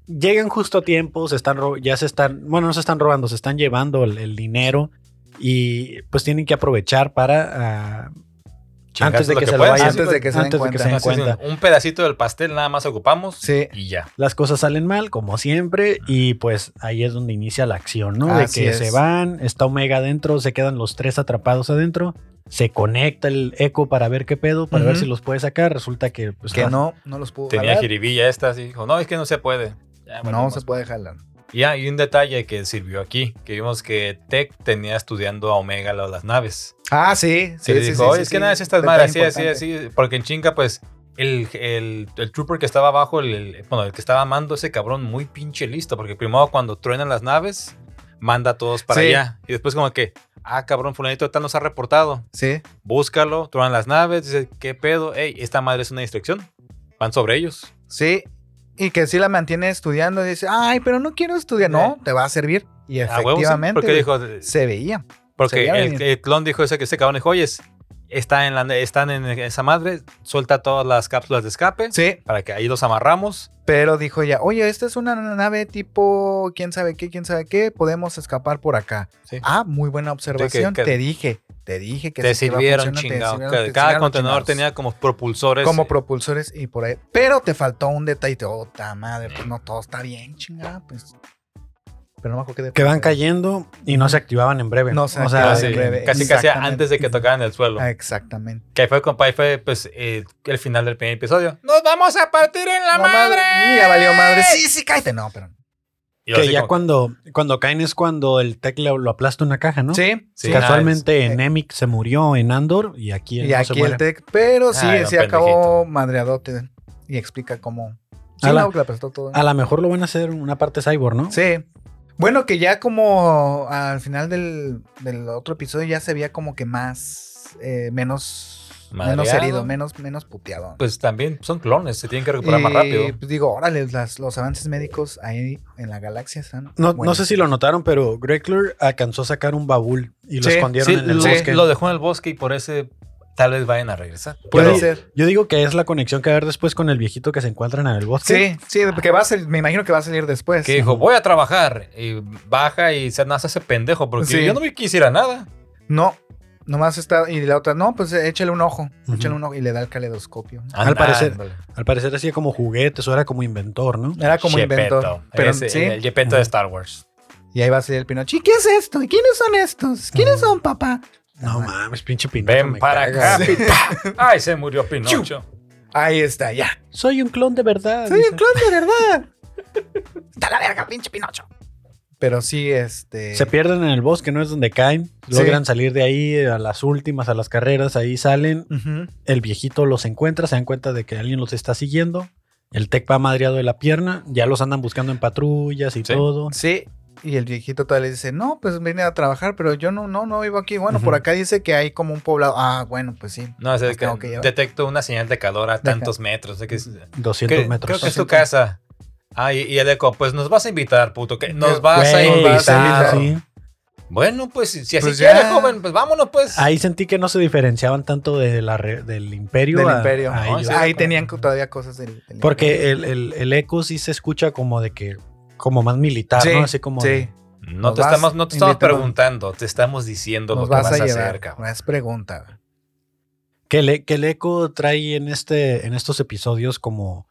S1: llegan justo a tiempo, se están ro- ya se están, bueno, no se están robando, se están llevando el, el dinero y pues tienen que aprovechar para ah,
S2: chingarse
S1: antes de
S2: lo
S1: que, se lo
S2: puedan.
S1: vayan,
S3: Antes de que se den
S1: antes de
S3: cuenta.
S1: se den
S2: Así es,
S1: cuenta.
S2: un- Un pedacito del pastel nada más ocupamos
S3: Sí.
S2: y ya.
S1: Las cosas salen mal, como siempre, y pues ahí es donde inicia la acción, ¿no? De
S3: Así
S1: que
S3: es.
S1: se van, está Omega adentro, se quedan los tres atrapados adentro, se conecta el eco para ver qué pedo, para ver
S3: Ujú.
S1: si los puede sacar. Resulta que, pues,
S3: que
S1: Ra-
S3: no, no los pudo
S2: Tenía
S3: jalar.
S2: jiribilla esta, así dijo, no, es que no se puede. Ya, bueno,
S3: No
S2: vamos.
S3: se puede jalar.
S2: Y hay un detalle que sirvió aquí, que vimos que Tech tenía estudiando a Omega lo de las naves.
S3: Ah, sí.
S2: Sí,
S3: Sí, sí,
S2: dijo,
S3: sí,
S2: "Oye,
S3: sí,
S2: es
S3: sí,
S2: que nada, es estas
S3: detalle
S2: madres, así, así,
S3: importante.
S2: así. Porque en chinga, pues, el, el, el trooper que estaba abajo, el, el- bueno, el que estaba mando ese cabrón muy pinche listo, porque primero cuando truenan las naves, manda a todos para
S3: Sí.
S2: allá. Y después como que, ah, cabrón, fulanito tal nos ha reportado.
S3: Sí.
S2: Búscalo, truenan las naves, dice, ¿qué pedo? Ey, esta madre es una distracción. Van sobre ellos.
S3: Sí. Y que sí la mantiene estudiando. Y dice, ay, pero no quiero estudiar. No, te va a servir. Y
S2: A huevo, sí,
S3: efectivamente
S2: porque
S3: güey,
S2: dijo,
S3: se veía.
S2: Porque
S3: Sería
S2: el,
S3: bien.
S2: el clon dijo ese que ese cabrón dijo, oyes, está en la, están en esa madre, suelta todas las cápsulas de escape
S3: Sí.
S2: para que ahí los amarramos.
S3: Pero dijo ya, oye, esta es una nave tipo quién sabe qué, quién sabe qué. Podemos escapar por acá.
S2: Sí.
S3: Ah, muy buena observación.
S2: que-
S3: te dije. Te dije que
S2: te
S3: sí te iba a
S2: sirvieron
S3: funcionar, te
S2: chingado.
S3: sirvieron,
S2: Cada-
S3: te
S2: Cada
S3: sirvieron
S2: contenedor
S3: chingados.
S2: tenía como propulsores.
S3: Como
S2: eh,
S3: propulsores y por ahí. Pero te faltó un detalle. Otra madre, pues no todo está bien, chingada, pues. Pero no me acuerdo qué detalle
S1: que van
S3: era.
S1: cayendo y no se activaban en breve.
S3: No se
S1: o sea,
S3: activaban
S2: casi,
S3: en breve.
S2: casi casi
S3: Exactamente.
S2: antes de que tocaran el suelo.
S3: Ah, exactamente.
S2: Que ahí fue, compa, ahí fue pues, eh, el final del primer episodio. ¡Nos vamos a partir en la
S3: No,
S2: madre!
S3: Y ya valió madre. Sí, sí, cállate. No, pero.
S2: Y
S1: que
S2: así
S1: ya
S2: como-
S1: cuando, cuando caen es cuando el Tech lo, lo aplasta una caja, ¿no?
S3: Sí,
S2: Sí.
S1: Casualmente
S3: Ah, es-
S1: Nemic se murió en Andor y aquí él
S3: Y
S1: no se
S3: aquí
S1: muere.
S3: el tech. Pero sí,
S2: Ay, don
S3: sí acabó
S2: pendejito.
S3: madreadote. Y explica cómo. Sí,
S1: A la-
S3: no, que la prestó todo.
S1: A lo mejor lo van a hacer una parte cyborg, ¿no?
S3: Sí. Bueno, que ya como al final del, del otro episodio ya se veía como que más. eh, menos. Menos
S2: Madreado.
S3: herido, menos, menos puteado.
S2: Pues también son clones, se tienen que recuperar más
S3: Y,
S2: rápido.
S3: pues, digo, órale, las- los avances médicos ahí en la galaxia están.
S1: No, no
S3: buenos.
S1: sé si lo notaron, pero Gregler alcanzó a sacar un baúl y lo
S3: Sí,
S1: escondieron
S2: Sí,
S1: en el
S2: lo,
S1: bosque.
S2: lo dejó en el bosque y por ese tal vez vayan a regresar.
S3: Puede
S1: Pero-
S3: ser.
S1: Yo digo que es la conexión que va a haber después con el viejito que se encuentran en el bosque.
S3: Sí, sí, porque va a salir- me imagino que va a salir después.
S2: Que dijo, voy a trabajar. Y baja y se nace ese pendejo. Porque
S3: Sí.
S2: yo no me quisiera nada.
S3: No, nomás está. Y la otra, no, pues échale un ojo.
S1: Ujú.
S3: Échale un ojo y le da el caleidoscopio.
S1: Al parecer.
S2: Ándale.
S1: Al parecer hacía como juguetes o era como inventor, ¿no?
S3: Era como
S2: Gepetto.
S3: inventor. Pero
S2: Ese,
S3: sí.
S2: El Gepetto de Star Wars.
S3: Y ahí va a salir el Pinocho. ¿Y qué es esto? ¿Y quiénes son estos? ¿Quiénes
S1: Ujú.
S3: son, papá?
S1: No mames, pinche Pinocho.
S2: Ven
S1: me
S2: para
S1: cagas.
S2: acá.
S1: Sí.
S2: pi- Ay, se murió Pinocho.
S3: Ahí está, ya.
S1: Soy un clon de verdad.
S3: Soy
S1: dice.
S3: un clon de verdad. [LAUGHS] está la verga, pinche Pinocho. Pero sí, este.
S1: Se pierden en el bosque, no es donde caen.
S3: Sí.
S1: Logran salir de ahí a las últimas, a las carreras, ahí salen.
S3: Ujú.
S1: El viejito los encuentra, se dan cuenta de que alguien los está siguiendo. El tech va madreado de la pierna, ya los andan buscando en patrullas y
S2: Sí.
S1: todo.
S3: Sí. Y el viejito todavía le dice, no, pues vine a trabajar, pero yo no, no, no vivo aquí. Bueno,
S1: Ujú.
S3: por acá dice que hay como un poblado. Ah, bueno, pues sí.
S2: No, es
S1: Ah,
S3: Los
S2: que
S3: tengo que llevar.
S2: detecto una señal de calor a tantos metros. de que es-
S1: 200
S2: que-
S1: metros.
S2: Creo que es tu casa. Ah, y, y el eco, pues nos vas a invitar, puto. que Nos vas a
S1: Güey,
S2: invitar.
S1: está, sí.
S2: Bueno, pues si si así
S3: Pues
S2: quieres,
S3: ya.
S2: joven, pues vámonos, pues.
S1: Ahí sentí que no se diferenciaban tanto de la re- del imperio.
S3: Del
S1: a-
S3: imperio.
S1: a
S2: No,
S1: ellos.
S2: sí.
S3: Ahí tenían co- todavía cosas del, del
S1: Porque eh, el, el- el eco sí se escucha como de que, como más militar,
S3: Sí,
S1: ah, ¿no? Así como... de-
S3: Sí,
S2: No
S3: Nos
S2: te,
S3: vas
S2: estamos, no te estamos
S3: invitando.
S2: preguntando, te estamos diciendo
S3: nos
S2: lo que
S3: vas,
S2: vas,
S3: a,
S2: hacer,
S3: llevar.
S2: cabrón.
S3: No es pregunta.
S1: Que, le- que el eco trae en, este, en estos episodios como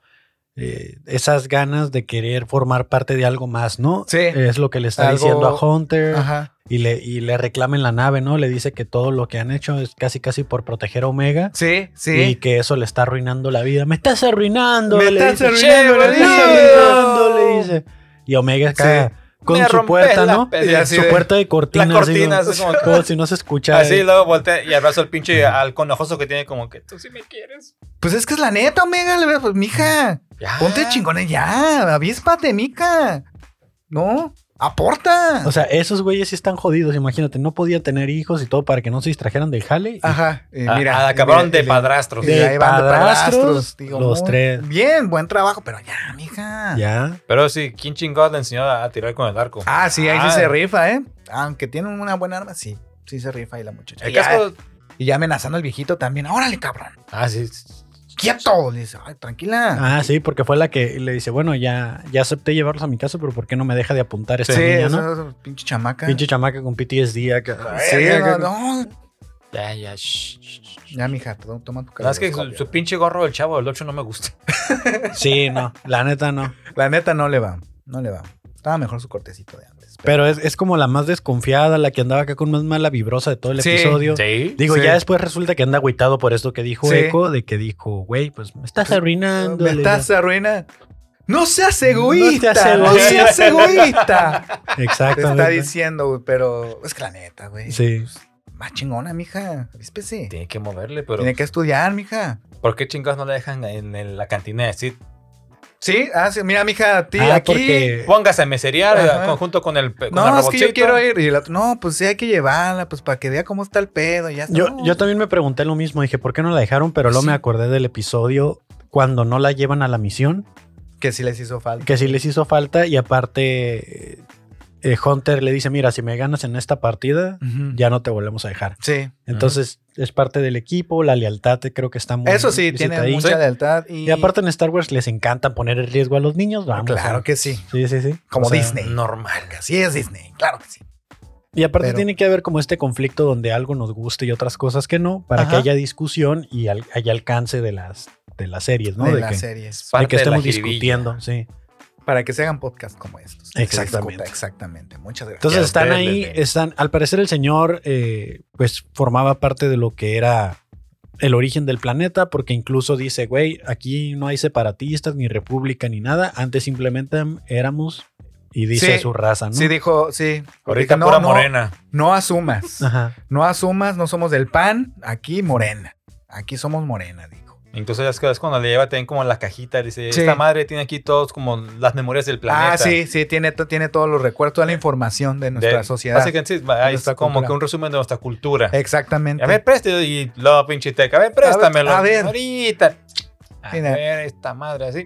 S1: eh, esas ganas de querer formar parte de algo más, ¿no?
S3: Sí.
S1: Es lo que le está
S3: Algo-
S1: diciendo a Hunter
S3: Ajá.
S1: y le, y le reclama en la nave, ¿no? Le dice que todo lo que han hecho es casi casi por proteger a Omega
S3: Sí,
S1: y
S3: sí.
S1: que eso le está arruinando la vida. ¡Me estás arruinando!
S3: Me
S1: le
S3: estás
S1: dice.
S3: arruinando
S1: "Me
S3: la
S1: estás
S3: vida".
S1: arruinando", le dice. Y Omega acá, con
S2: Me
S1: su
S2: rompes
S1: puerta,
S2: la
S1: ¿no?
S2: peda-
S3: Y así
S1: su
S3: de-
S1: puerta de cortina.
S2: La cortina,
S1: así
S2: así
S1: como,
S2: como-
S1: como si no se escuchara.
S2: Así
S1: eh.
S2: luego voltea y abrazo al pinche al conojoso que tiene como que tú sí me quieres.
S3: Pues es que es la neta, Omega. le veo, Pues, mija,
S2: Ya.
S1: Ah.
S3: ponte chingones ya. Avíspate, mica. No, aporta.
S1: O sea, esos güeyes sí están jodidos, imagínate. No podía tener hijos y todo para que no se distrajeran del jale.
S3: Ajá. eh,
S2: Ah,
S3: mira,
S2: ah, acabaron
S3: mira,
S2: de padrastros.
S1: de-
S3: y ahí van de
S1: padrastros,
S3: digo,
S1: los
S3: muy
S1: tres.
S3: Bien, buen trabajo, pero ya, mija.
S1: Ya.
S2: Pero sí, ¿quién chingados le enseñó a, a tirar con el arco?
S3: Ah, sí, ahí
S2: Ah.
S3: sí se rifa, ¿eh? Aunque tiene una buena arma, sí. Sí se rifa ahí la muchacha.
S2: el
S3: Y ya-
S2: casco.
S3: y ya amenazando al viejito también. Órale, cabrón.
S2: Ah, sí.
S3: Quieto. Le dice, ay, tranquila.
S1: Ah, sí, porque fue la que le dice, bueno, ya, ya acepté llevarlos a mi casa, pero ¿por qué no me deja de apuntar esta
S3: sí,
S1: niña,
S3: esa-
S1: no?
S3: esa pinche chamaca.
S1: Pinche chamaca con PTSD acá.
S3: Sí,
S1: Acá.
S3: no, no.
S2: Ya, ya. shh, shh, shh.
S3: Ya, mija, to- toma tu
S2: No, es que su,
S3: caleidoscopio.
S2: su pinche gorro del chavo del 8 no me gusta.
S1: Sí, no, la neta no.
S3: La neta no le va. No le va. Estaba mejor su cortecito de antes.
S1: Pero es, es como la más desconfiada, la que andaba acá con más mala vibrosa de todo el
S3: Sí.
S1: episodio.
S2: Sí.
S1: Digo,
S3: Sí.
S1: ya después resulta que anda agüitado por esto que dijo
S3: Sí.
S1: Echo, de que dijo, güey, pues me estás arruinando.
S3: Me
S1: la-
S3: estás arruinando. No seas
S1: No
S3: egoísta.
S1: seas
S3: No
S1: egoísta.
S3: seas egoísta. Te
S1: Exactamente.
S3: está diciendo, güey, pero es que la neta, güey.
S1: Sí.
S3: Más chingona, mija. Especie.
S2: Tiene que moverle, pero
S3: Tiene que estudiar, mija.
S2: ¿por qué chingados no le dejan en, el- la cantina de Sid?
S3: Sí, ah, sí, mira, mija, a ti
S1: Ah,
S3: aquí.
S1: porque-
S2: Póngase a meserear
S3: Ajá.
S2: con- junto con el. Con el
S3: No, es que yo
S2: robotcito.
S3: quiero ir. Y el otro, no, pues sí, hay que llevarla, pues para que vea cómo está el pedo. y Ya está.
S1: Yo,
S3: No,
S1: yo también me pregunté lo mismo, dije, ¿por qué no la dejaron? Pero luego
S3: Sí.
S1: me acordé del episodio cuando no la llevan a la misión,
S3: Que sí les hizo falta.
S1: que sí les hizo falta y aparte eh, eh, Hunter le dice, mira, si me ganas en esta partida,
S3: Ujú.
S1: ya no te volvemos a dejar.
S3: Sí.
S1: Entonces es parte del equipo, la lealtad eh, creo que está muy...
S3: Eso sí,
S1: implícita
S3: tiene
S1: ahí.
S3: mucha
S2: Sí.
S3: lealtad. Y,
S1: Y aparte en Star Wars les encanta poner en riesgo a los niños, vamos.
S3: claro
S1: ¿no?
S3: que sí.
S1: Sí, sí, sí.
S3: Como
S1: O sea,
S3: Disney.
S2: Normal.
S3: Así es Disney, claro que sí.
S1: Y aparte
S3: Pero-
S1: tiene que haber como este conflicto donde algo nos guste y otras cosas que no, para que
S3: Ajá.
S1: haya discusión y al- haya alcance de las, de las series, ¿no?
S3: de,
S1: De
S3: las
S1: que-
S3: series.
S1: de
S2: Parte
S1: que
S2: de la
S1: estemos
S2: jiribilla.
S1: discutiendo, sí.
S3: Para que se hagan podcasts como estos. que se
S1: Exactamente.
S3: discuta, Exactamente. Muchas gracias.
S1: Entonces
S2: Ya
S1: están
S2: ustedes
S1: ahí,
S2: les ven.
S1: están, al parecer el señor eh, pues formaba parte de lo que era el origen del planeta, porque incluso dice, güey, aquí no hay separatistas, ni república, ni nada, antes simplemente éramos, y dice
S3: Sí.
S1: su raza, ¿no?
S3: Sí, dijo, sí.
S2: Ahorita
S3: Dijo,
S2: pura morena. Ah.
S3: No asumas.
S1: Ajá.
S3: No asumas, no somos del pan. Aquí morena. Aquí somos morena, dijo.
S2: Incluso ya es que es cuando le lleva también como la cajita, dice,
S3: Sí.
S2: esta madre tiene aquí todos como las memorias del planeta.
S3: Ah, sí, sí, tiene, to- tiene todos los recuerdos, toda la información de nuestra
S2: De-
S3: sociedad.
S2: Básicamente sí, ahí es
S3: nuestra
S2: como
S3: cultura.
S2: que un resumen de nuestra cultura.
S3: Exactamente.
S2: A ver, préstalo y lo pinche teca. A ver, préstamelo.
S3: a ver.
S2: Ahorita. A
S3: Mira.
S2: ver, esta madre así.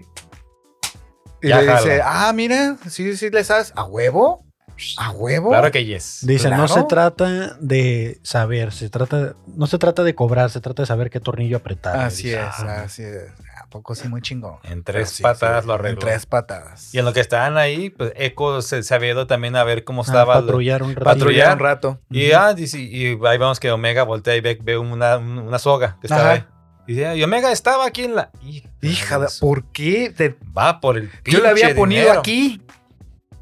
S3: y
S2: ya
S3: le dice,
S2: jala.
S3: ah, mira, sí, sí, le sabes, a huevo, a huevo.
S2: Claro que yes.
S1: Dice, no
S3: Claro.
S1: se trata de saber, se trata, no se trata de cobrar, se trata de saber qué tornillo apretar.
S3: Así
S1: Dice,
S3: es,
S1: "Ah".
S3: así es. ¿A poco sí, muy chingón?
S2: En tres
S3: Sí,
S2: patadas
S3: sí,
S2: lo arregló.
S3: En tres patadas.
S2: Y en lo que estaban ahí, pues Echo se, se había ido también a ver cómo
S1: Ah,
S2: estaba. el-
S1: patrullar un ratito.
S2: patrullar.
S3: un rato.
S2: Y, ah, dice, y ahí vemos que Omega voltea y ve, ve una, una soga que estaba
S3: Ajá.
S2: ahí. Dice, y Omega estaba aquí en la. Hija
S3: Hija de,
S2: su-
S3: ¿por qué? Te-
S2: Va por el
S3: yo le había
S2: pinche
S3: ponido
S2: dinero.
S3: aquí.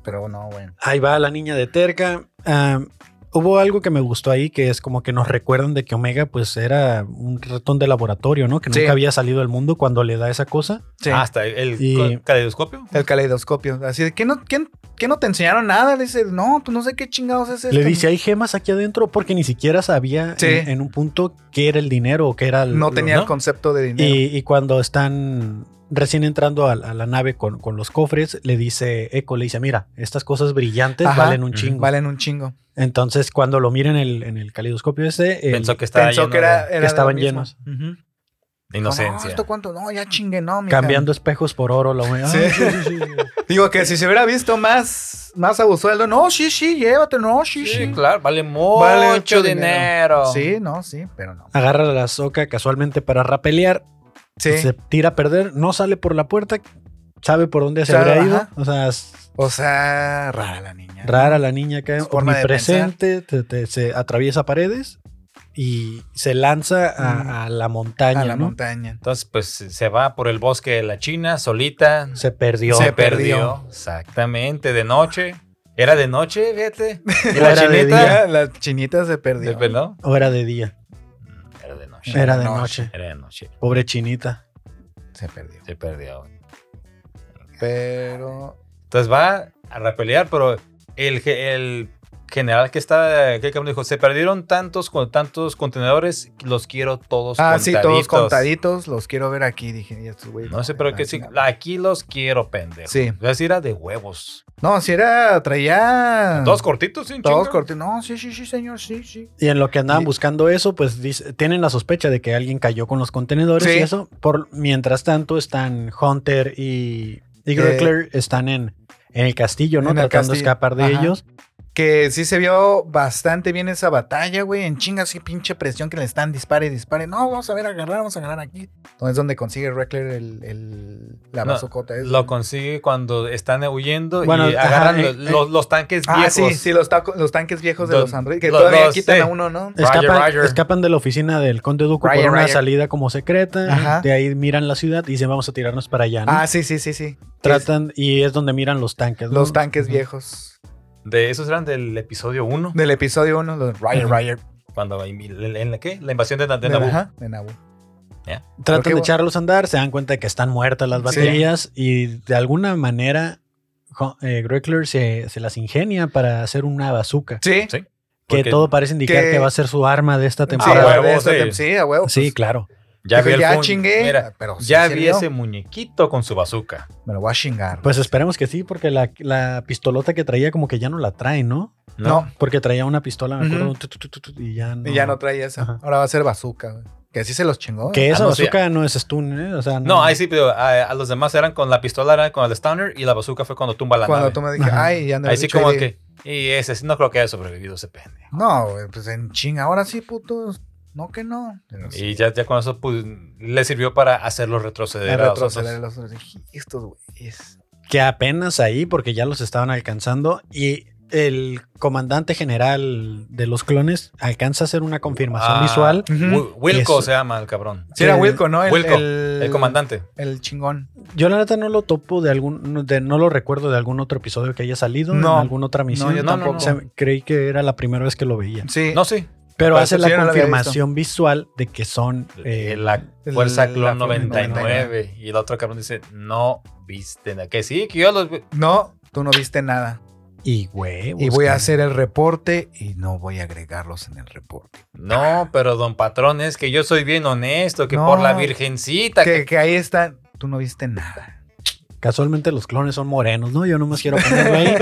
S3: Pero no, bueno.
S1: Ahí va la niña de terca. Am, hubo algo que me gustó ahí, que es como que nos recuerdan de que Omega pues era un ratón de laboratorio, ¿no? Que
S3: Sí.
S1: nunca había salido al mundo cuando le da esa cosa.
S3: Sí.
S2: Ah, Hasta el
S1: Y-
S2: co- caleidoscopio.
S3: El caleidoscopio. Así de, ¿qué no, qué, qué no te enseñaron nada? Le dice, no, pues no sé qué chingados es esto.
S1: Le dice, hay gemas aquí adentro porque ni siquiera sabía
S3: Sí.
S1: en, en un punto qué era el dinero o qué era el...
S3: No tenía
S1: ¿no?
S3: el concepto de dinero.
S1: Y, y cuando están recién entrando a, a la nave con, con los cofres, le dice Echo, le dice, mira, estas cosas brillantes
S3: Ajá.
S1: valen un
S2: Ujú.
S1: chingo.
S3: Valen un chingo.
S1: Entonces, cuando lo miren en el, en el calidoscopio ese, eh, el-
S2: Pensó que estaba
S3: Pensó
S2: lleno
S3: que era,
S2: de
S3: era de
S1: estaban
S3: lo mismo.
S1: llenos.
S3: Ujú. No,
S2: inocencia.
S3: ¿esto cuánto? No, ya chingue, no, mija.
S1: cambiando espejos por oro, la wea. Ah,
S3: Sí.
S1: sí, sí, sí, sí.
S3: Digo que si se hubiera visto más, más abusueldo, no, sí, sí, llévate, no, sí, sí.
S2: Sí, claro, vale mucho,
S3: Vale mucho
S2: dinero.
S3: Sí, no, sí, pero no.
S1: Agarra la soca casualmente para rapelear,
S3: Sí.
S1: se tira a perder, no sale por la puerta, sabe por dónde se
S3: Sabe,
S1: habría ido.
S3: ajá.
S1: O sea, es
S3: O sea, rara la niña.
S1: rara la niña que
S3: Su forma de
S1: omnipresente, te- te- se atraviesa paredes y se lanza
S3: Mm.
S1: a, a la montaña.
S3: A la
S1: ¿no?
S3: montaña.
S2: Entonces, pues se va por el bosque de la China solita.
S1: Se perdió.
S3: Se perdió.
S2: Exactamente, de noche. Era de noche,
S3: [LAUGHS]
S2: fíjate. Y
S1: Era
S2: la
S1: de
S2: chinita.
S1: día.
S3: Ya, la chinita se perdió.
S2: ¿De perdón?
S1: O era de día.
S2: Era de noche.
S1: Era de
S3: No,
S1: noche.
S2: Era de noche.
S1: Pobre chinita.
S3: Se perdió.
S2: Se perdió.
S3: Pero.
S2: Entonces va a repelear, pero el, ge- el general que está, que cabrón dijo, se perdieron tantos con tantos contenedores, los quiero todos
S3: Ah,
S2: contaditos.
S3: sí, todos contaditos. Los quiero ver aquí, dije. Ya estos güeyes.
S2: No sé, pero que sí,
S3: chingada.
S2: aquí los quiero, pendejo.
S3: Sí.
S2: Es decir, era de huevos.
S3: No, si era, traía.
S2: Todos cortitos, sí, un
S3: Ah. Todos
S2: chingo.
S3: cortitos. No, sí, sí, sí, señor, sí, sí.
S1: Y en lo que andaban
S3: Y-
S1: buscando eso, pues dice- tienen la sospecha de que alguien cayó con los contenedores
S3: Sí.
S1: y eso. Por, mientras tanto, están Hunter y, y Gretler están en, en el castillo, ¿no?
S3: Eh, en el
S1: Tratando de
S3: castillo.
S1: escapar de
S3: Ajá.
S1: ellos.
S3: Que sí se vio bastante bien esa batalla, güey. En chingas, qué pinche presión que le están dispare y dispare. No, vamos a ver, agarrar, vamos a agarrar aquí. Entonces, donde consigue Reckler el, el- la
S2: No,
S3: bazocota. esa.
S2: Lo consigue cuando están huyendo
S1: Bueno,
S2: y
S1: ajá,
S2: agarran
S1: eh,
S2: los, los- los tanques
S3: ah,
S2: viejos.
S3: sí, sí, los, taco- los tanques viejos de
S2: Don-
S3: los androides. Que
S2: los-
S3: todavía
S2: los- eh.
S3: quitan
S2: sí.
S3: a uno, ¿no?
S2: Roger,
S1: Escapan,
S2: Roger.
S1: escapan de la oficina del conde Duco
S3: Roger,
S1: por una
S3: Roger.
S1: salida como secreta.
S3: Ajá.
S1: De ahí miran la ciudad y dicen, vamos a tirarnos para allá, ¿no?
S3: Ah, sí, sí, sí, sí.
S1: Tratan y es donde miran los tanques. ¿no?
S3: Los tanques
S1: Ujú.
S3: viejos.
S2: De esos eran del episodio 1,
S3: Del episodio 1, los Ryer,
S1: Ujú.
S3: Ryer.
S2: cuando en, en la qué? La invasión de, Na- de
S3: De-
S2: Naboo.
S3: ajá, de Naboo.
S1: Tratan
S3: Creo que-
S1: de echarlos a andar, se dan cuenta de que están muertas las
S3: Sí.
S1: baterías y de alguna manera Jo- eh, Grekler se, se las ingenia para hacer una bazooka.
S3: Sí.
S2: Sí,
S1: Que
S2: porque-
S1: todo parece indicar
S3: que-
S1: que va a ser su arma de esta
S3: Sí,
S2: Ah,
S1: temporada.
S2: huevo,
S3: de esta
S2: sí.
S3: tem- sí, a huevo.
S1: sí,
S3: pues,
S1: claro.
S2: Ya,
S3: dijo,
S2: vi el
S3: ya
S2: fun-
S3: chingué. Pues,
S2: Mira,
S3: pero sí
S2: ya
S3: se
S2: vi
S3: vio.
S2: ese muñequito con su bazooka.
S3: Me lo voy a chingar.
S1: Pues esperemos que sí, porque la, la pistolota que traía como que ya no la trae, ¿no?
S3: no,
S1: Porque traía una pistola, me acuerdo,
S3: Ujú.
S1: tu, tu, tu, tu, tu, y ya no.
S3: Y ya no trae esa.
S1: Ajá.
S3: Ahora va a ser bazooka, güey. Que así se los chingó.
S1: Que esa
S2: Ah, no, sí.
S1: bazooka no es stun, ¿eh? O sea, no.
S2: No, ahí sí, pero ah, eh, a, a los demás eran con la pistola, era con el stunner y la bazooca fue cuando tumba la
S3: Cuando
S2: nave.
S3: tú me dije,
S1: Ajá.
S3: ay, ya no
S2: Ahí sí como que, y ese, sí, no creo que haya sobrevivido ese pende.
S3: No, güey, pues en chinga. Ahora sí, putos. No, que no. Pero sí,
S2: Y ya, ya con eso pues, le sirvió para hacerlo retroceder.
S3: de
S2: a los otros.
S3: retroceder los otros. Dije, Estos güeyes.
S1: que apenas ahí, porque ya los estaban alcanzando, y el comandante general de los clones alcanza a hacer una confirmación
S2: Ah,
S1: visual.
S3: Ujú.
S2: Wi- Wilco
S1: Eso.
S2: se llama el cabrón.
S3: Sí, era
S1: que-
S3: Wilco, ¿no? El,
S2: Wilco,
S3: el,
S2: El comandante.
S3: El chingón.
S1: Yo la neta no lo topo de algún, de- no lo recuerdo de algún otro episodio que haya salido,
S3: No.
S1: en alguna otra misión.
S3: No, yo
S2: No, no,
S3: tampoco.
S1: O sea, creí que era la primera vez que lo veía.
S3: Sí.
S2: No, sí.
S1: Pero
S3: Pero
S1: hace
S3: eso
S1: la
S3: sí, yo no lo había
S1: confirmación visual de que son eh,
S2: Eh, la Fuerza
S3: la
S2: Clon
S3: Clon
S2: 99.
S3: 99.
S2: Y el otro cabrón dice, no viste nada. Que sí, que yo los... vi-
S3: No, tú no viste nada.
S1: y huevos.
S3: Y voy a
S1: cabrón.
S3: hacer el reporte y no voy a agregarlos en el reporte.
S2: No, pero don patrón, es que yo soy bien honesto, que
S3: No.
S2: por la virgencita.
S3: Que,
S1: eh.
S2: Que...
S3: que ahí está. Tú no viste nada.
S1: Casualmente los clones son morenos, ¿no? Yo no más quiero ponerlo ahí.
S3: [LAUGHS]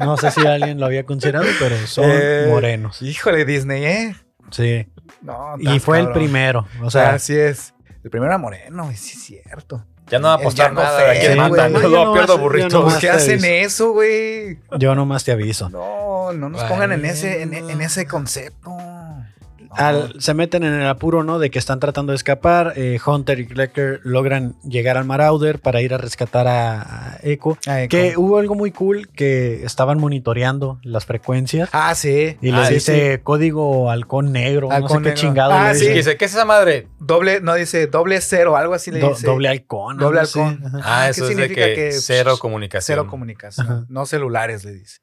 S1: No sé si alguien lo había considerado, pero son
S3: Eh,
S1: morenos.
S3: Híjole, Disney, ¿eh?
S1: Sí.
S3: No,
S1: Y
S3: estás
S1: fue el
S3: cabrón.
S1: primero. O sea,
S3: así es. El primero era moreno, güey, sí es cierto.
S2: Ya no va a apostar
S3: Ya no
S2: nada.
S3: sé,
S2: ¿a quién
S3: eh, güey.
S2: matan? [LAUGHS]
S3: No,
S1: yo
S2: Lo
S1: no
S2: pierdo
S1: más- yo
S2: burrito.
S1: no
S3: Pues,
S1: más
S3: ¿qué
S1: te
S3: hacen
S1: aviso.
S3: eso, güey?
S1: yo nomás te aviso.
S3: No, no nos
S2: Bueno.
S3: pongan en ese, en, en ese concepto. No.
S1: Al- se meten en el apuro, ¿no? De que están tratando de escapar. Eh, Hunter y Glecker logran llegar al Marauder para ir a rescatar a, a Echo.
S3: Ay,
S1: Que
S3: con-
S1: hubo algo muy cool que estaban monitoreando las frecuencias
S3: Ah, sí.
S1: y les
S2: Ah,
S1: dice código halcón negro, no sé
S3: Halcón
S1: qué
S3: negro.
S1: chingado. le
S3: Ah, sí,
S2: Y
S1: dicen.
S2: dice, ¿qué es esa madre?
S3: Doble, no dice doble cero, algo así le
S1: Do-
S3: dice.
S1: doble halcón.
S3: Doble
S1: algo así.
S3: halcón.
S1: Ajá.
S2: Ah,
S3: ¿qué
S2: eso es de
S3: significa
S2: que,
S3: que- pues,
S2: cero comunicación.
S3: Cero comunicación.
S1: Ajá.
S3: No celulares, le dice.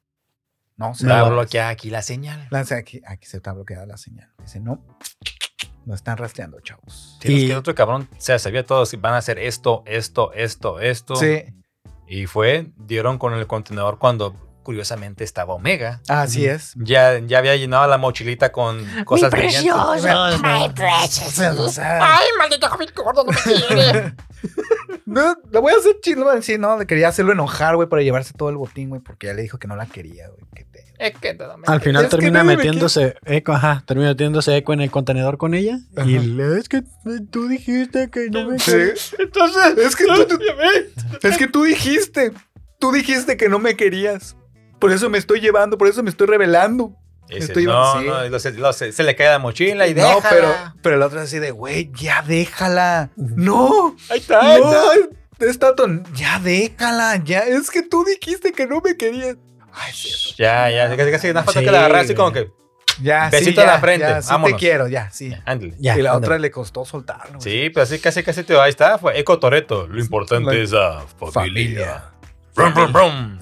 S3: No
S2: Va a
S3: celulares.
S2: bloquear aquí la señal.
S3: Lance aquí, aquí se está bloqueada la señal. Dice, no, no están rastreando, chavos.
S2: Sí, es
S1: Y-
S2: que el otro cabrón se sabía todo si van a hacer esto, esto, esto, esto.
S3: Sí,
S2: Y fue, dieron con el contenedor cuando curiosamente estaba Omega.
S3: así
S1: Ujú.
S3: es.
S2: Ya, ya había llenado la mochilita con cosas brillantes.
S1: No,
S4: My
S1: no.
S4: precious.
S3: O sea,
S4: Ay, maldito Covid gordo, no me quiere.
S3: No, lo voy a hacer chido, güey. Sí, no, le quería hacerlo enojar, güey, para llevarse todo el botín, güey, porque ya le dijo que no la quería, güey. qué pedo.
S4: [LAUGHS] Es que no me
S1: Al final
S3: Es que
S1: termina
S3: nadie me
S1: metiéndose eco, ajá, termina metiéndose eco en el contenedor con ella.
S3: Ajá.
S1: Y le- es que tú dijiste que no me
S3: Entonces, es que, ¡Ah, tú, es que tú dijiste, tú dijiste que no me querías. Por eso me estoy llevando, por eso me estoy revelando.
S2: Y dice,
S3: Estoy-
S2: no,
S3: sí.
S2: no, y lo- se, lo- se- se le cae la mochila y
S3: no,
S2: déjala.
S3: pero, pero la otra así de, güey, ya déjala.
S1: Ujú.
S3: No,
S2: Ahí está, ahí
S3: no,
S2: está.
S3: está ton- ya déjala, ya. Es que tú dijiste que no me querías. Ay, sí,
S2: Ya, ya, casi, casi, nada falta
S1: Sí,
S2: que la agarrase así como
S1: güey.
S2: que,
S3: ya,
S2: Besito
S3: sí,
S2: a la
S3: ya,
S2: frente,
S3: ya, sí te
S2: vámonos.
S3: quiero, ya, sí.
S2: ándale.
S1: Ya,
S3: y la
S1: ándale.
S3: otra le costó soltarlo. güey.
S2: Sí, pero así casi, casi te ahí está, fue Eco Toreto. Lo importante
S3: La-
S2: es la
S3: familia. [LAUGHS]
S2: familia. Brum, brum, brum.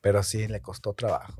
S3: Pero sí, le costó trabajo.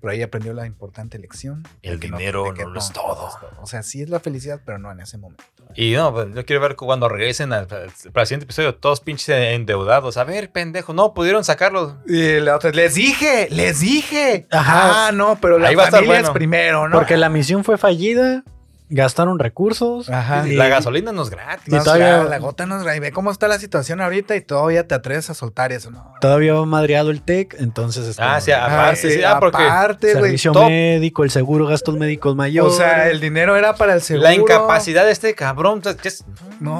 S3: Pero ahí aprendió la importante lección. de
S2: El
S3: que de
S2: dinero
S3: que
S2: no lo es todo.
S3: O sea, sí es la felicidad, pero no en ese momento.
S2: Y no, pues, yo quiero ver cuando regresen al, al- para el siguiente episodio, todos pinches endeudados. A ver, pendejo, no pudieron sacarlo.
S3: Y la otra, les dije, les dije.
S1: Ajá.
S3: Ah, no, pero la
S2: Ahí va a estar
S3: familia
S2: bueno.
S3: es primero, ¿no?
S1: Porque la misión fue fallida, gastaron recursos.
S3: Ajá.
S1: Y-
S2: La gasolina no es gratis.
S1: y
S3: No,
S1: todavía-
S3: la, la gota nos trae. Ve cómo está la situación ahorita y todavía te atreves a soltar eso, ¿no?
S1: Todavía va madreado el TEC, entonces es
S2: Ah,
S1: como
S2: sí,
S1: de-
S2: aparte,
S3: Ay,
S2: sí, ah, porque
S3: aparte, güey,
S1: servicio
S3: top.
S1: médico, el seguro, gastos médicos
S3: O
S1: mayores.
S3: sea, el dinero era para el seguro.
S2: La incapacidad de este cabrón. pues, que es-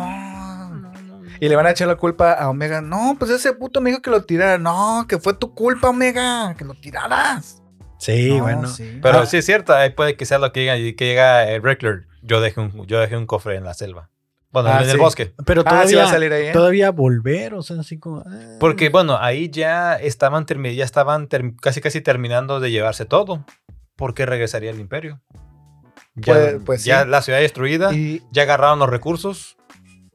S3: No. Y le van a echar la culpa a Omega. No, pues ese puto me dijo que lo tirara. No, que fue tu culpa, Omega. Que lo tiraras.
S1: Sí,
S3: No,
S1: bueno.
S3: sí.
S2: Pero
S1: Ah.
S2: sí es cierto, ahí puede que sea lo que diga, y que llega el Reckler. Yo dejé un, yo dejé un cofre en la selva. Bueno,
S3: Ah,
S2: en el
S3: sí.
S2: bosque.
S1: Pero
S3: Ah, sí
S1: todavía,
S3: va a salir ahí, ¿eh?
S1: todavía volver, o sea, así como. ah.
S2: Porque bueno, ahí ya estaban, termi- ya estaban term- casi casi terminando de llevarse todo. ¿Por qué regresaría el imperio? Ya,
S3: Pues- pues sí.
S2: ya la ciudad destruida,
S3: Y-
S2: ya agarraron los recursos.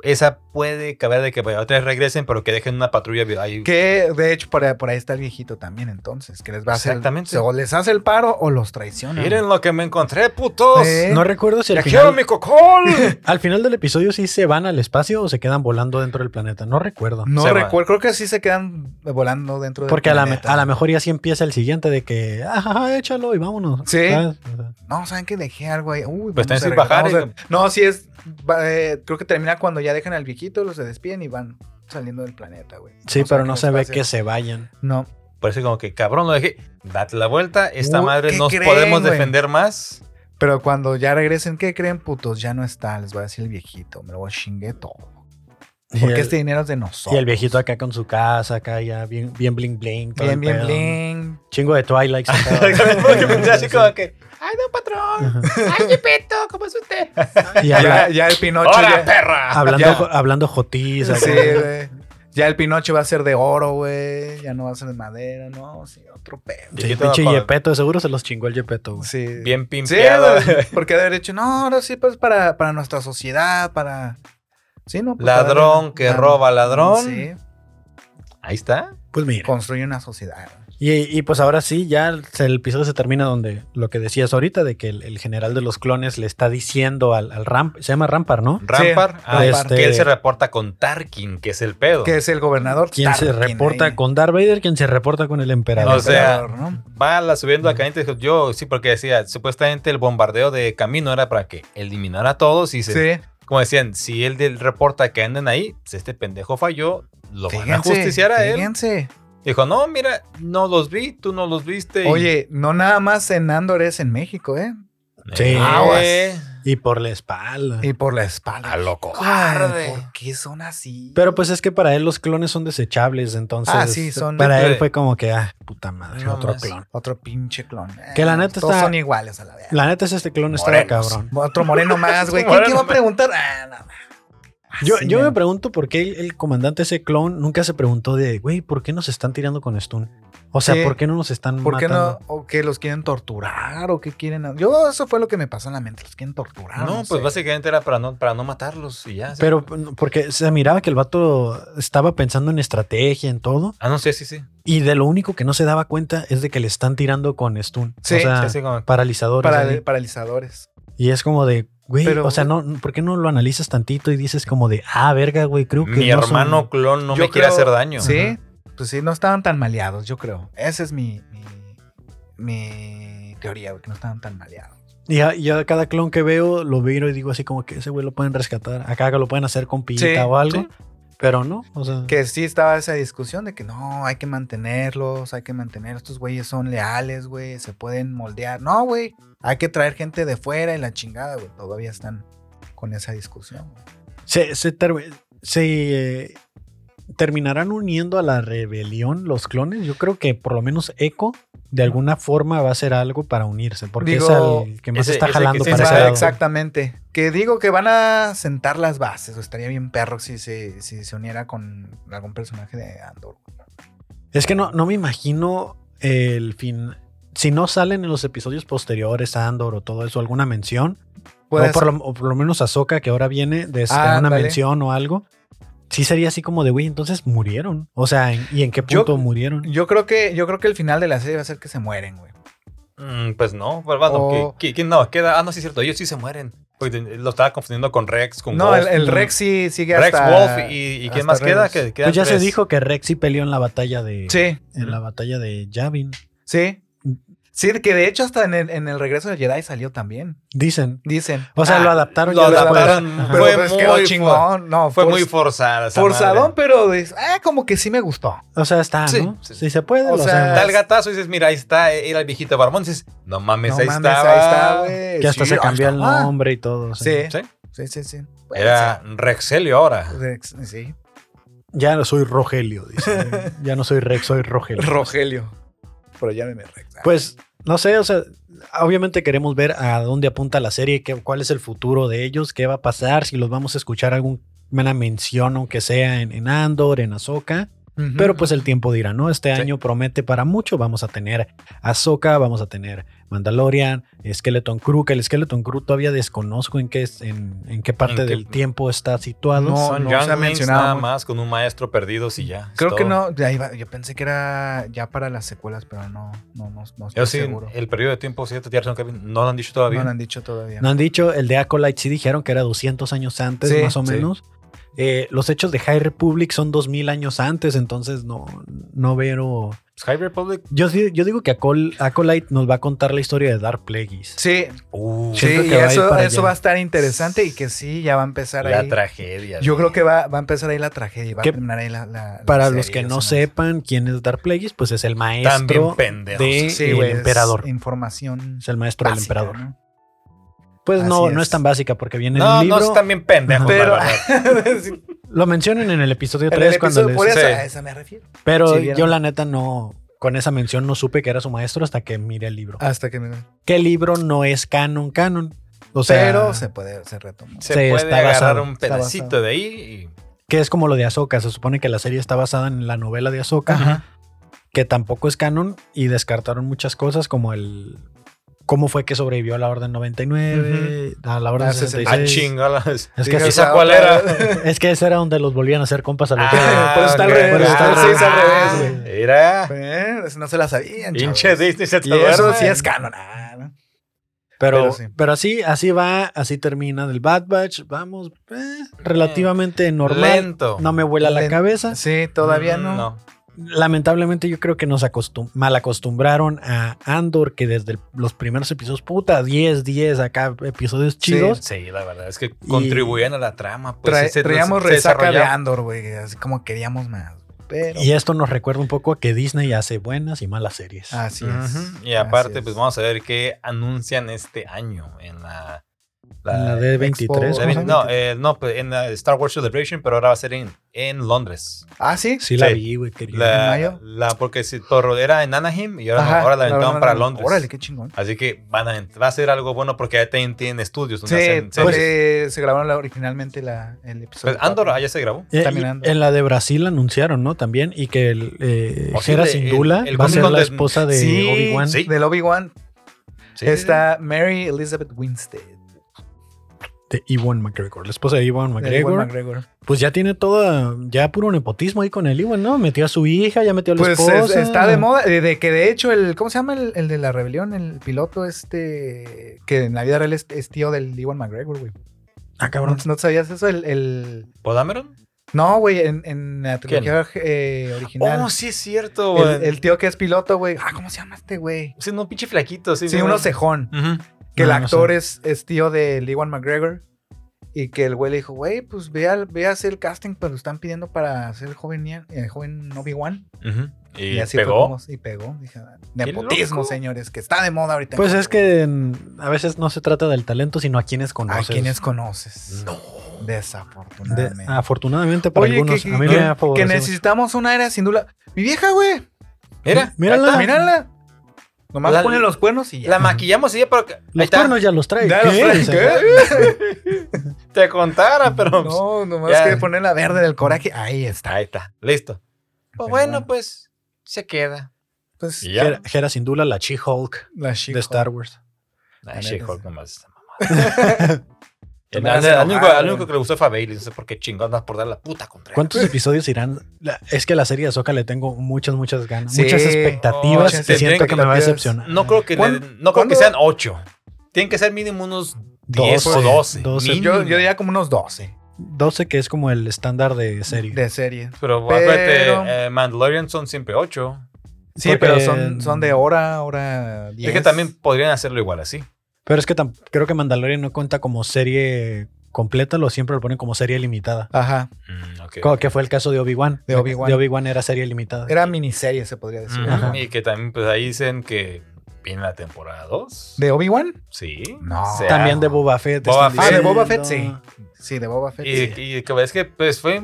S2: Esa puede caber de que bueno, otra vez regresen, pero que dejen una patrulla vi- ahí.
S3: Que de hecho por, por ahí está el viejito también, entonces, que les va a hacer.
S2: Exactamente.
S3: O les hace el paro o los traiciona.
S2: Miren lo que me encontré, putos.
S3: Eh,
S1: No recuerdo si
S2: ¡Ya
S1: al
S2: quiero
S1: final,
S2: mi cocol!
S3: [LAUGHS]
S1: al final del episodio sí se van al espacio o se quedan volando dentro del planeta. No recuerdo.
S3: No
S2: Se
S3: recuerdo, creo que sí se quedan volando dentro de
S1: Porque a la, me- a la mejor ya sí empieza el siguiente de que, ajá, échalo y vámonos.
S3: Sí.
S1: ¿Sabes? O sea,
S3: No, ¿saben que Dejé algo ahí. Uy,
S2: Pues
S3: cuando
S2: tenés
S3: se
S2: que bajar
S3: regresamos de- No, sí es. va, eh, creo que termina cuando ya dejan al viejito, los se despiden y van saliendo del planeta, güey.
S1: Sí,
S3: sé
S1: pero
S3: qué
S1: no
S3: les
S1: se ve
S3: pase.
S1: que se vayan.
S3: No.
S2: Parece como que cabrón, lo dejé. Date la vuelta, esta
S3: Uh,
S2: madre
S3: ¿qué
S2: nos
S3: creen,
S2: podemos
S3: güey?
S2: defender
S3: [LAUGHS]
S2: más.
S3: Pero cuando ya regresen, ¿qué creen, putos? Ya no está, les voy a decir el viejito. Me lo voy a chingue todo.
S1: Y
S3: Porque
S1: el,
S3: este dinero es de
S1: y
S3: nosotros.
S1: el viejito acá con su casa, acá ya bien, bien bling bling. todo
S3: Bien,
S1: el
S3: bien,
S1: pedo.
S3: bling.
S1: Chingo de
S3: [LAUGHS]
S1: Twilight.
S2: Porque pensé así [LAUGHS] como que, ay, no, patrón.
S4: [LAUGHS]
S1: Ajá.
S4: ¡Ay, Gepetto! ¿Cómo es usted?
S1: Y
S3: Ya,
S1: habla-
S3: ya el Pinocho.
S2: ¡Hola,
S3: ya-
S2: perra!
S1: hablando,
S3: Ya.
S1: jo- hablando jotis. acá.
S3: Sí, güey. Ya el Pinocho va a ser de oro, güey. Ya no va a ser de madera, no. Sí, otro pedo.
S1: Sí,
S2: Chiquito
S1: pinche
S2: con-
S1: Yepeto, de seguro se los chingó el Yepeto, güey.
S3: Sí.
S2: Bien
S3: Sí,
S2: pimpeado. [LAUGHS]
S3: güey, porque de haber dicho, no, ahora sí, pues para, para nuestra sociedad, para. Sí, no. Pues,
S2: Ladrón
S3: para-
S2: que
S3: para-
S2: roba ladrón.
S3: Sí,
S2: Ahí está.
S1: Pues mira.
S3: construye una sociedad.
S1: Y, y pues ahora sí, ya el, el episodio se termina donde lo que decías ahorita, de que el, el general de los clones le está diciendo al, al Ramp, se llama Rampar, ¿no?
S2: Rampar. ah,
S1: Rampar.
S2: Que él se
S1: Este-
S2: reporta con Tarkin, que es el pedo.
S3: Que es el gobernador.
S1: Quien se
S3: Tarkin
S1: reporta
S3: ahí.
S1: con Darth Vader, quien se reporta con el emperador.
S2: O sea,
S3: emperador, ¿no?
S2: va la subiendo a Canita. dijo, Yo, sí, porque decía, supuestamente el bombardeo de camino era para que eliminara a todos. Y se-
S3: Sí.
S2: como decían, si él del reporta que andan ahí, pues este pendejo falló, lo van a
S3: Fíjense,
S2: justiciar a él.
S3: fíjense.
S2: Dijo, no, mira, no los vi, tú no los viste. y-
S3: Oye, no nada más en Andor es en México, ¿eh?
S1: Sí.
S2: Eh,
S3: Aguas.
S1: y por la espalda.
S3: Y por la espalda.
S2: A lo cobarde.
S3: Ay, ¿Por qué son así?
S1: Pero pues es que para él los clones son desechables, entonces
S3: Ah, sí, son-
S1: para él
S2: Eh.
S1: fue como que, ah, puta madre,
S2: No
S1: otro
S2: más.
S1: clon.
S3: Otro pinche clon. Eh,
S1: Que la neta
S3: todos
S1: está-
S3: son iguales a la vez.
S1: La neta es este clon está
S2: Morenos.
S1: cabrón.
S3: Otro moreno más, [LAUGHS] güey. ¿Quién
S2: Moreno
S3: te iba a
S2: más.
S3: preguntar? Ah, nada más.
S1: Yo,
S3: Así,
S1: yo
S3: men.
S1: me pregunto por qué el, el comandante ese clon nunca se preguntó de, güey, ¿por qué nos están tirando con Stun? O sea,
S3: Sí.
S1: ¿por qué no nos están
S3: ¿Por qué
S1: matando?
S3: no? ¿O que los quieren torturar? ¿O que quieren? Yo, eso fue lo que me pasó en la mente. Los quieren torturar.
S2: No, pues
S3: sé.
S2: básicamente era para no, para no matarlos y ya. sí.
S1: Pero mm, porque se miraba que el vato estaba pensando en estrategia, en todo,
S2: Ah, no, sí, sí, sí.
S1: y de lo único que no se daba cuenta es de que le están tirando con Stun.
S3: Sí,
S1: o sea,
S2: Sí, sí, como-
S1: paralizadores.
S3: Para-
S1: ahí.
S3: paralizadores.
S1: Y es como de, güey,
S3: Pero-
S1: o sea, no, ¿por qué no lo analizas tantito y dices como de, ah, verga, güey, creo que
S2: mi
S1: no son-
S2: hermano clon no
S3: Yo
S2: me quiere
S3: creo-
S2: hacer daño.
S3: Sí, pues sí, no estaban tan maleados, yo creo. Esa es mi, mi, mi teoría, güey, que no estaban tan maleados.
S1: Y a- y yo cada clon que veo lo viro y digo así como que ese güey lo pueden rescatar, acá lo pueden hacer con pita
S3: Sí,
S1: o algo.
S3: sí.
S1: Pero no, o sea,
S3: Que sí estaba esa discusión de que no, hay que mantenerlos, hay que mantener, estos güeyes son leales, güey, se pueden moldear. No, güey, hay que traer gente de fuera y la chingada, güey, todavía están con esa discusión. güey.
S1: se, se, ter- se, eh, terminarán uniendo a la rebelión los clones. Yo creo que por lo menos Echo de alguna forma va a hacer algo para unirse, porque
S3: Digo,
S1: es al que más
S2: ese-
S1: está
S2: ese que
S1: jalando
S2: se
S1: para
S3: Es
S1: ese
S3: más,
S1: lado.
S3: exactamente. Que digo que van a sentar las bases, o estaría bien perro si se, si se uniera con algún personaje de Andor. güey.
S1: Es que no, no me imagino el fin. Si no salen en los episodios posteriores, Andor o todo eso, alguna mención,
S3: Puede
S1: o, por lo, o por lo menos Ahsoka, que ahora viene, de este,
S3: Ah,
S1: una
S3: ándale.
S1: mención o algo. Sí sería así como de, güey, entonces murieron. O sea, ¿en- ¿y en qué
S3: Yo-
S1: punto murieron?
S3: Yo creo que, yo creo que el final de la serie va a ser que se mueren, güey.
S2: Mm, pues no, pero bueno,
S3: O-
S2: ¿qui- qui- quién no? Queda, ah, no, sí es cierto, ellos sí se mueren. Porque te- lo estaba confundiendo con Rex, con
S3: No,
S2: Wolf.
S3: el, el Rex sí sigue
S2: Rex,
S3: hasta...
S2: Wolf y, y
S3: hasta
S2: ¿quién más queda?
S3: Reynolds.
S2: Que, quedan
S1: Pues ya
S2: tres.
S1: se dijo que Rexy peleó en la batalla de.
S3: Sí,
S1: En la batalla de Yavin.
S3: sí.
S1: Mm.
S3: Sí, que de hecho hasta en el, en el regreso de Jedi salió también.
S1: Dicen.
S3: Dicen.
S1: O sea,
S2: Ah,
S1: lo adaptaron.
S2: Lo
S1: ya después.
S2: adaptaron.
S1: Ajá.
S2: Fue
S3: pues,
S2: muy
S3: quedó
S2: for-
S3: chingón. No,
S2: Fue
S3: forz-
S2: muy forzada. esa
S3: forzadón,
S2: madre.
S3: pero dices, ah, como que sí me gustó.
S1: O sea, está,
S2: Sí,
S1: ¿no?
S2: sí.
S1: Si se puede,
S3: O
S1: lo
S3: sea,
S1: hacemos.
S2: Da el gatazo y dices, mira, ahí está, eh, era el viejito barbón. Dices, no mames,
S3: No
S2: ahí,
S3: mames,
S2: estaba.
S3: güey.
S1: Que hasta
S3: Sí,
S1: se
S3: ahí
S1: cambió el
S3: estaba.
S1: nombre y todo. o sea.
S3: Sí,
S2: Sí.
S3: sí, sí. sí.
S2: Era Rexelio ahora.
S3: Rex, sí.
S1: Ya no soy Rogelio, dice. ya no soy Rex, soy Rogelio.
S3: Rogelio. Pero llámeme Rex.
S1: Pues no sé, o sea, obviamente queremos ver a dónde apunta la serie, qué, cuál es el futuro de ellos, qué va a pasar, si los vamos a escuchar alguna mención, aunque sea en, en Andor, en Ahsoka.
S3: Ujú.
S1: Pero pues el tiempo dirá, ¿no? Este
S2: Sí.
S1: año promete para mucho. Vamos a tener Ahsoka, vamos a tener Mandalorian, Skeleton Crew, que el Skeleton Crew todavía desconozco en qué, es, en, en qué parte
S2: En qué-
S1: del tiempo está situado.
S3: No,
S2: Son
S3: no
S2: younglings
S3: se ha mencionado
S2: nada
S3: mucho.
S2: más con un maestro perdido y ya. es
S3: Creo que
S2: todo.
S3: no, de ahí va- yo pensé que era ya para las secuelas, pero no, no, no, no estoy
S2: Yo sí,
S3: seguro.
S2: el periodo de tiempo, sí, Tatiana Kevin, no lo han dicho todavía.
S3: No lo han dicho todavía.
S1: No han dicho, el de Acolyte sí dijeron que era 200 años antes,
S3: Sí,
S1: más o
S2: sí.
S1: menos. Eh, los hechos de High Republic son 2000 años antes, entonces no, no veo.
S2: Pues, High Republic.
S1: Yo, sí- yo digo que Acol- Acolyte nos va a contar la historia de Dark Plagueis.
S3: Sí,
S2: Uh,
S3: sí,
S1: Siento que
S3: y
S1: va a ir
S3: eso,
S1: para
S3: eso
S1: allá.
S3: va a estar interesante y que sí, ya va a empezar
S2: la
S3: ahí.
S2: tragedia.
S3: Yo creo que va, va a empezar ahí la tragedia y va a
S1: Que-
S3: terminar ahí la. la- la
S1: Para
S3: serie,
S1: los que
S3: yo
S1: no
S3: se me hace.
S1: sepan quién es Dark Plagueis, pues es el
S2: También
S1: maestro
S2: pendejos.
S1: de
S3: Sí,
S1: el
S3: güey, es
S1: emperador.
S3: Información.
S1: Es el maestro del
S3: básica,
S1: emperador. [LAUGHS]
S3: ¿no?
S1: Pues no,
S3: Así
S1: no
S3: es.
S1: es tan básica porque viene en
S2: No,
S1: el libro.
S2: no, están bien pendejos,
S3: Pero-
S2: la verdad.
S3: Sí,
S1: Lo mencionan en el episodio
S3: en
S1: 3
S3: el
S1: cuando
S3: episodio,
S1: les-
S3: por eso,
S2: Sí.
S3: a eso me refiero.
S1: Pero
S3: Sí, vieron.
S1: yo la neta no, con esa mención no supe que era su maestro hasta que miré el libro.
S3: Hasta que me.
S1: ¿Qué libro no es canon canon? O sea,
S3: Pero se puede, se retomó.
S2: Se
S1: Sí,
S2: puede
S1: está
S2: agarrar
S1: basado,
S2: un
S3: está
S2: pedacito
S3: basado.
S2: de ahí y
S1: que es como lo de Ahsoka. Se supone que la serie está basada en la novela de Ahsoka, que tampoco es canon, y descartaron muchas cosas como el... ¿Cómo fue que sobrevivió a la Orden 99? A la Orden
S3: Ah,
S1: 66.
S2: a chingalas.
S1: Es que,
S3: Dije,
S1: sí-
S2: ¿Esa cuál era?
S1: [LAUGHS] es que ese era donde los volvían a hacer compas a los
S2: [LAUGHS]
S3: Ah, por eso está al
S2: ok.
S3: revés,
S1: por eso está al
S2: Ah,
S1: revés.
S2: sí, es
S3: Ah,
S2: güey. Mira,
S3: Eh, eso no se la sabían.
S2: hinche
S3: chavos.
S2: Disney se te
S3: Y eso
S2: duerme.
S3: sí es canon. ah, ¿no?
S1: Pero,
S3: Pero
S1: pero, así,
S3: sí.
S1: así va, así termina del Bad Batch. Vamos, eh, relativamente normal.
S2: Lento.
S1: No me vuela la
S3: Lento.
S1: cabeza.
S3: Sí, todavía
S2: Mm,
S3: no.
S1: Lamentablemente, yo creo que nos acostum mal acostumbraron a Andor, que desde el- los primeros episodios, puta, 10, 10, acá, episodios chidos.
S2: Sí, la verdad es que contribuían a la trama. Pues,
S3: Trae-
S2: sí, se-
S3: traíamos
S2: se
S3: resaca de
S2: desarrollaba.
S3: Andor, güey. Así como queríamos más. Pero.
S1: Y esto nos recuerda un poco a que Disney hace buenas y malas series.
S2: Ah,
S3: Así es.
S2: Ujú. Y aparte,
S3: así es.
S2: pues vamos a ver qué anuncian este año en la. la-
S1: En la de 23.
S2: la-
S3: Expo- ¿cómo se
S2: no,
S3: llama?
S2: eh, no, pues, en la Star Wars Celebration, pero ahora va a ser en, en Londres.
S3: Ah, sí.
S1: Sí, la
S2: Sí.
S1: vi, güey, querido. Eh,
S2: La,
S3: mayo?
S2: la- porque si por- era en Anaheim y ahora, no,
S3: Ajá,
S2: ahora la aventaron
S3: verdad,
S2: para
S3: no.
S2: Londres.
S3: Órale, qué chingón.
S2: Así que van a, va a ser algo bueno porque ya tienen, tienen estudios donde
S3: Sí,
S2: hacen
S3: pues,
S2: series.
S3: eh, se grabaron la- originalmente la, el episodio.
S2: Pues, Andor
S3: cuatro.
S2: allá se grabó.
S1: Eh,
S3: También
S1: y
S3: Andor.
S1: en la de Brasil anunciaron, ¿no? También, y que el, eh,
S2: O sí,
S1: Hera
S2: de-
S1: Syndulla
S2: el- el
S1: va a ser
S2: Comic-Con
S1: la
S2: de-
S1: esposa de
S3: Sí,
S1: Obi-Wan.
S2: sí.
S3: Del Obi-Wan
S2: Sí,
S3: está Mary Elizabeth Winstead.
S1: De Ewan McGregor, la esposa de Ewan
S3: de Ewan
S1: McGregor.
S3: Eh, McGregor.
S1: Pues ya tiene toda, ya puro nepotismo ahí con el Ewan, ¿no? Metió a su hija, ya metió a la
S3: Pues
S1: esposa.
S3: es- está de moda, eh, de que de hecho el, ¿cómo se llama el, el de la rebelión? El piloto este, que en la vida real es, es tío del Ewan McGregor, güey.
S1: Ah,
S3: ¿No,
S1: cabrón.
S3: no sabías eso? El, el-
S2: ¿Podameron?
S3: No, güey, en, en la trilogía eh, original.
S2: Oh, sí es cierto.
S3: el,
S2: güey.
S3: el tío que es piloto, güey. Ah, ¿cómo se llama este güey?
S2: Sí, no, pinche flaquito. Sí,
S3: Sí,
S2: güey.
S3: uno cejón.
S2: Ujú.
S3: Que
S1: No,
S3: el
S1: no
S3: actor
S1: sé.
S3: es, es tío de Ewan McGregor. Y que el güey le dijo, güey, pues ve, al- ve a hacer el casting, pero lo están pidiendo para hacer el joven, Ian- el joven Obi-Wan.
S2: Ujú. Y,
S3: fue
S2: pegó.
S3: como- y pegó. Dije,
S2: Qué
S3: nepotismo,
S2: loco.
S3: señores, que está de moda ahorita.
S1: Pues es que mm, a veces no se trata del talento, sino a quienes
S3: A
S1: conoces.
S3: quienes conoces.
S2: No.
S1: De- ah,
S3: Desafortunadamente.
S1: afortunadamente para
S3: Oye,
S1: algunos.
S3: que, que-
S1: a mí
S3: que-
S1: me ha
S3: que
S1: favorecido mucho.
S3: necesitamos una era sin duda. Mi vieja, güey.
S2: Mira,
S1: Mírala.
S2: ahí está.
S3: Mírala. Nomás
S2: La-
S3: pone los cuernos y ya.
S2: La maquillamos ella, pero. que- ahí
S1: Los
S2: está.
S1: cuernos ya los trae.
S3: Ya los
S1: ¿Qué?
S3: trae,
S1: Dice,
S3: ¿qué?
S1: [LAUGHS]
S2: Te contara, pero.
S3: No, nomás
S2: Ya.
S3: que poner la verde del coraje. Ahí está.
S2: Ahí está, listo.
S3: Pero
S2: Pues bueno,
S3: bueno.
S2: pues se queda.
S3: Pues
S2: Y
S1: Hera, Hera Syndulla, la She-Hulk
S3: la
S1: de
S3: chica.
S1: Star Wars.
S2: Ay, She-Hulk nomás. [LAUGHS] El,
S3: me hagas
S2: al- al
S3: enojar,
S2: único, al
S3: güey.
S2: único que le gustó fue a Bailey. No sé por qué chingados vas por dar la puta contra
S1: ¿Cuántos episodios irán? La- es que a la serie de Ahsoka le tengo muchas, muchas ganas,
S3: Sí.
S1: muchas expectativas
S2: Oh,
S1: que
S2: sí,
S1: siento
S2: tienen
S1: que me va a
S3: expectativas.
S1: decepcionar.
S2: No creo que, le-
S3: ¿Cuán-
S2: no creo
S3: cuándo-
S2: que sean ocho. Tienen que ser mínimo unos 10
S1: Doce,
S2: o 12.
S1: doce.
S2: mínimo.
S3: Yo, yo diría como unos 12
S1: 12 que es como el estándar de serie.
S3: de serie.
S2: Pero,
S3: Pero-
S2: acuérdate, eh, Mandalorian son siempre ocho.
S3: Sí,
S1: Porque-
S3: pero son, son de hora, hora 10.
S2: Es que también podrían hacerlo igual así.
S1: Pero es que tam- creo que Mandalorian no cuenta como serie completa, lo siempre lo ponen como serie limitada.
S3: Ajá,
S2: Mm, ok.
S1: Como que fue el caso de Obi-Wan.
S3: De Obi-Wan.
S1: De Obi-Wan era serie limitada.
S3: era miniserie, se podría decir.
S2: Ujú,
S1: Ajá.
S2: Y que también, pues ahí dicen que viene la temporada 2.
S3: ¿De Obi-Wan?
S2: Sí.
S3: No.
S2: O sea,
S1: También de Boba Fett.
S2: Boba
S1: están
S2: Fett. Ah,
S3: de Boba
S1: diciendo.
S3: Fett, Sí, de Boba Fett.
S2: Y,
S3: sí.
S2: y que ves que pues fue.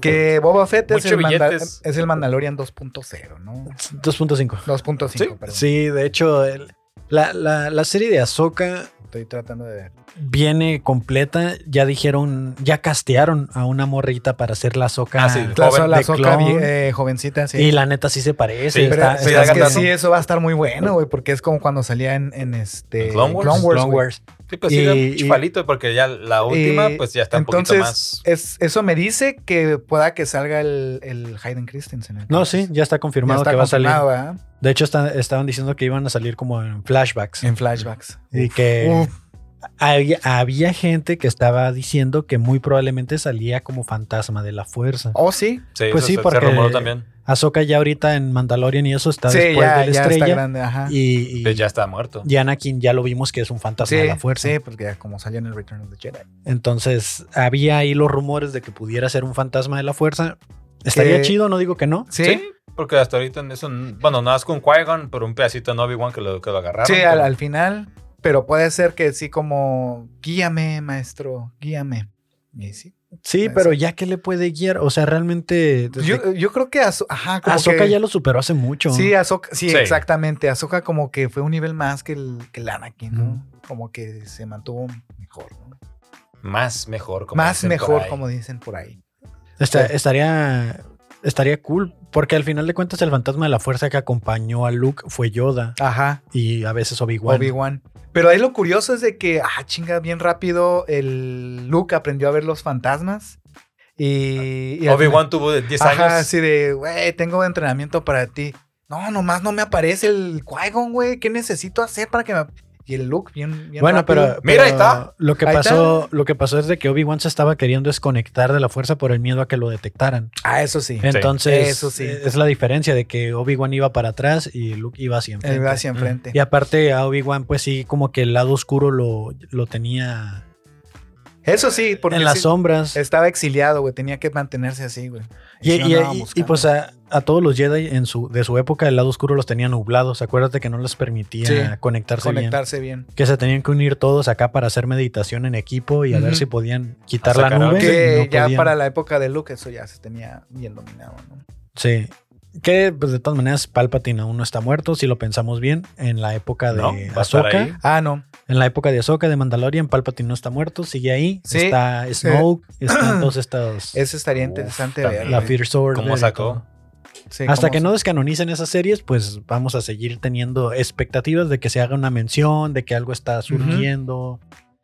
S3: Que Boba Fett es
S2: Mucho
S3: el, Manda-
S2: billetes.
S3: es el Mandalorian 2.0, ¿no?
S1: 2.5.
S3: 2.5,
S2: Sí,
S3: perdón.
S1: Sí, de hecho, el- la, la- la serie de Ahsoka
S3: Estoy tratando de ver.
S1: viene completa. Ya dijeron, ya castearon a una morrita para hacer la Ahsoka.
S2: Ah, sí.
S3: La,
S2: Joven
S3: la
S1: de
S3: Soca
S1: clon.
S3: vie- eh, jovencita, sí.
S1: Y la neta sí se parece.
S2: Sí,
S3: pero
S1: está-
S3: pero
S1: está
S3: es que
S1: gatazo.
S3: sí, eso va a estar muy bueno, güey, porque es como cuando salía en, en este...
S2: ¿En Clone Wars?
S1: Clone
S3: güey.
S1: Wars.
S2: Sí, pues sí,
S1: Y-
S2: era
S1: y-
S2: chifalito, porque ya la última,
S3: y-
S2: pues ya está un poquito
S3: entonces,
S2: más.
S3: Es, eso me dice que pueda que salga el, el Hayden Christensen.
S1: No, sí, ya está
S3: Ya
S1: confirmado
S3: está
S1: que va a salir.
S3: confirmado, ¿verdad?
S1: De hecho, está- estaban diciendo que iban a salir como en flashbacks.
S3: En flashbacks.
S1: y que había, había gente que estaba diciendo que muy probablemente salía como fantasma de la fuerza.
S3: Oh, sí.
S2: Sí,
S1: pues
S2: eso
S1: sí,
S2: se- se
S1: porque-
S2: rumoró también.
S1: Ahsoka ya ahorita en Mandalorian y eso está
S3: sí,
S1: después de
S3: ya,
S1: la
S3: ya está
S1: estrella.
S3: grande. Ajá.
S1: Y, y,
S2: Pues ya está muerto.
S1: y Anakin ya lo vimos que es un fantasma de la fuerza.
S3: sí, porque ya como salió en el Return of the Jedi.
S1: Entonces, había ahí los rumores de que pudiera ser un fantasma de la fuerza. Estaría
S3: Que-
S1: chido, no digo que no.
S3: Sí, sí,
S2: Sí, porque hasta ahorita en eso. Bueno, nada más con Qui-Gon, pero un pedacito en Obi-Wan que lo, que lo agarraron.
S3: al,
S2: pero-
S3: al final. Pero puede ser que sí, como guíame, maestro, guíame. Y sí.
S1: Sí,
S3: Puede
S1: pero
S3: ser.
S1: ya que le puede guiar. O sea, realmente. desde-
S3: Yo, yo creo que Azo- ajá, como
S1: Ahsoka
S3: que-
S1: ya lo superó hace mucho.
S3: Sí, Ahsoka- sí,
S2: Sí.
S3: exactamente. Azoka como que fue un nivel más que el, que el Anakin, ¿no?
S1: Ujú.
S3: Como que se mantuvo mejor, ¿no?
S2: Más mejor. como
S3: Más
S2: dicen por
S3: mejor,
S2: ahí.
S3: como dicen por ahí.
S1: Esta-
S3: Sí.
S1: Estaría. Estaría cool. Porque al final de cuentas, el fantasma de la fuerza que acompañó a Luke fue Yoda.
S3: Ajá.
S1: Y a veces Obi-Wan.
S3: Obi-Wan. Pero ahí lo curioso es de que, ah, chinga, bien rápido el Luke aprendió a ver los fantasmas. Y. y al
S2: Obi-Wan tuvo de 10
S3: final- Ajá,
S2: años.
S3: así de, güey, tengo entrenamiento para ti. No, nomás no me aparece el Qui-Gon, güey. ¿Qué necesito hacer para que me.? Y el Luke, bien. bien
S1: Bueno,
S3: rápido.
S1: pero,
S2: Mira, ahí
S1: pero
S2: está.
S1: Lo que
S3: Ahí
S1: pasó, lo que pasó es de que Obi-Wan se estaba queriendo desconectar de la fuerza por el miedo a que lo detectaran.
S3: Ah, eso sí.
S1: Entonces,
S3: Eso sí.
S1: es la diferencia de que Obi-Wan iba para atrás y Luke iba hacia enfrente.
S3: El hacia enfrente.
S1: Y aparte a Obi-Wan, pues sí, como que el lado oscuro lo, lo tenía
S3: Eso sí, porque.
S1: en las
S3: sí,
S1: sombras.
S3: Estaba exiliado, güey. Tenía que mantenerse así, güey.
S1: y,
S3: Si no,
S1: y-
S3: andaba
S1: y- y,
S3: buscando.
S1: pues a, a todos los Jedi en su, de su época el lado oscuro los tenía nublados. Acuérdate que no les permitía
S3: Sí,
S1: conectarse bien.
S3: Conectarse bien.
S1: Que se tenían que unir todos acá para hacer meditación en equipo y a ver
S3: Ujú.
S1: si podían quitar la
S2: sacar
S1: nube.
S2: algo.
S3: Que
S1: Pues No
S3: ya
S1: podían.
S3: para la época de Luke, eso ya se tenía bien dominado, ¿no?
S1: Sí. Que pues, de todas maneras Palpatine aún no está muerto, si lo pensamos bien, en la época de
S2: No, va a estar ahí.
S1: Ahsoka.
S3: Ah, no.
S1: En la época de Ahsoka, de Mandalorian, Palpatine no está muerto, sigue ahí.
S3: Sí.
S1: Está Snoke,
S3: [CLEARS THROAT]
S1: están todos estos...
S3: Eso estaría
S2: Uf,
S3: interesante
S2: también.
S3: ver.
S1: la
S3: güey.
S1: Fierce Order.
S2: ¿Cómo
S1: y
S2: sacó?
S1: todo.
S3: Sí,
S1: Hasta
S3: como-
S1: que no descanonicen esas series, pues vamos a seguir teniendo expectativas de que se haga una mención, de que algo está surgiendo,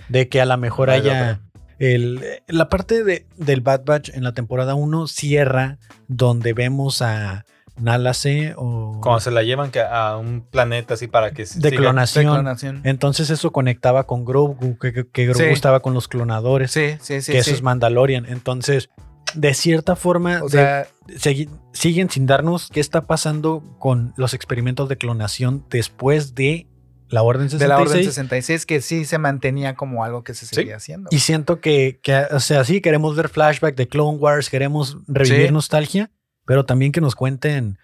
S1: de que a lo mejor
S2: Vale,
S1: haya... el- la parte de, del Bad Batch en la temporada 1 cierra donde vemos a Nala C o...
S2: Cuando se la llevan que- a un planeta así para que se
S1: de
S2: siga-
S1: clonación.
S3: Declonación.
S1: Entonces eso conectaba con Grogu, que, que- que Grogu
S3: Sí.
S1: estaba con los clonadores,
S3: Sí, sí, sí.
S1: que eso
S3: sí.
S1: es Mandalorian. Entonces, de cierta forma,
S3: O
S1: de-
S3: sea,
S1: segui- siguen sin darnos qué está pasando con los experimentos de clonación después de la Orden 66.
S3: de la Orden 66, que sí se mantenía como algo que se
S2: Sí.
S3: seguía haciendo.
S1: Y siento que, que, o sea, sí, queremos ver flashback de Clone Wars, queremos revivir
S3: Sí.
S1: nostalgia, pero también que nos cuenten,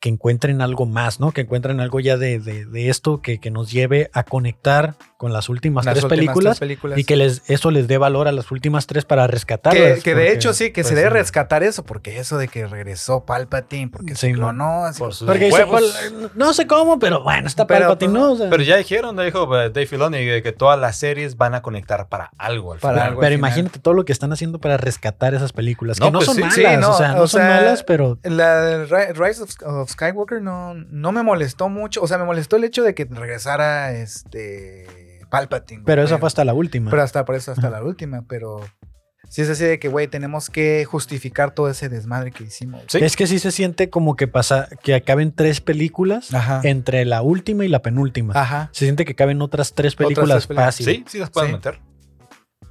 S1: que encuentren algo más, ¿no? Que encuentren algo ya de, de- de esto que, que nos lleve a conectar con las últimas
S3: Las
S1: tres
S3: últimas
S1: películas
S3: tres películas.
S1: y que les, eso les dé valor a las últimas tres para rescatarlas.
S3: que, que de
S1: porque-
S3: hecho sí, que se
S2: pues,
S3: debe
S2: sí.
S3: rescatar eso, porque eso de que regresó Palpatine, porque
S1: Sí,
S3: se clonó, así-
S2: Por sus
S1: Porque dice,
S2: huevos.
S1: "Cuál- no sé cómo, pero bueno, está
S3: Pero-
S1: Palpatine, ¿no? O sea,
S2: Pero ya dijeron, dijo eh, Dave Filoni, de que todas las series van a conectar para algo. Al
S3: Para
S2: final.
S3: algo. al
S1: pero
S3: final.
S1: imagínate todo lo que están haciendo para rescatar esas películas, que
S2: No,
S1: no
S2: pues
S1: son
S2: sí,
S1: malas,
S3: sí, no,
S1: o sea, no
S3: o
S1: son
S3: sea,
S1: malas, pero
S3: La de Ri- Rise of, of Skywalker no, no me molestó mucho. O sea, me molestó el hecho de que regresara este Palpatine. güey.
S1: Pero esa fue hasta la última.
S3: Pero hasta por eso, hasta
S1: Ajá.
S3: la última. Pero sí es así de que, güey, tenemos que justificar todo ese desmadre que hicimos.
S2: Sí.
S1: Es que sí se siente como que pasa, que acaben tres películas
S3: Ajá.
S1: entre la última y la penúltima.
S3: Ajá.
S1: Se siente que caben otras tres
S3: Otras
S1: películas
S3: tres películas.
S1: fácil.
S2: Sí, sí las pueden
S3: Sí.
S2: meter.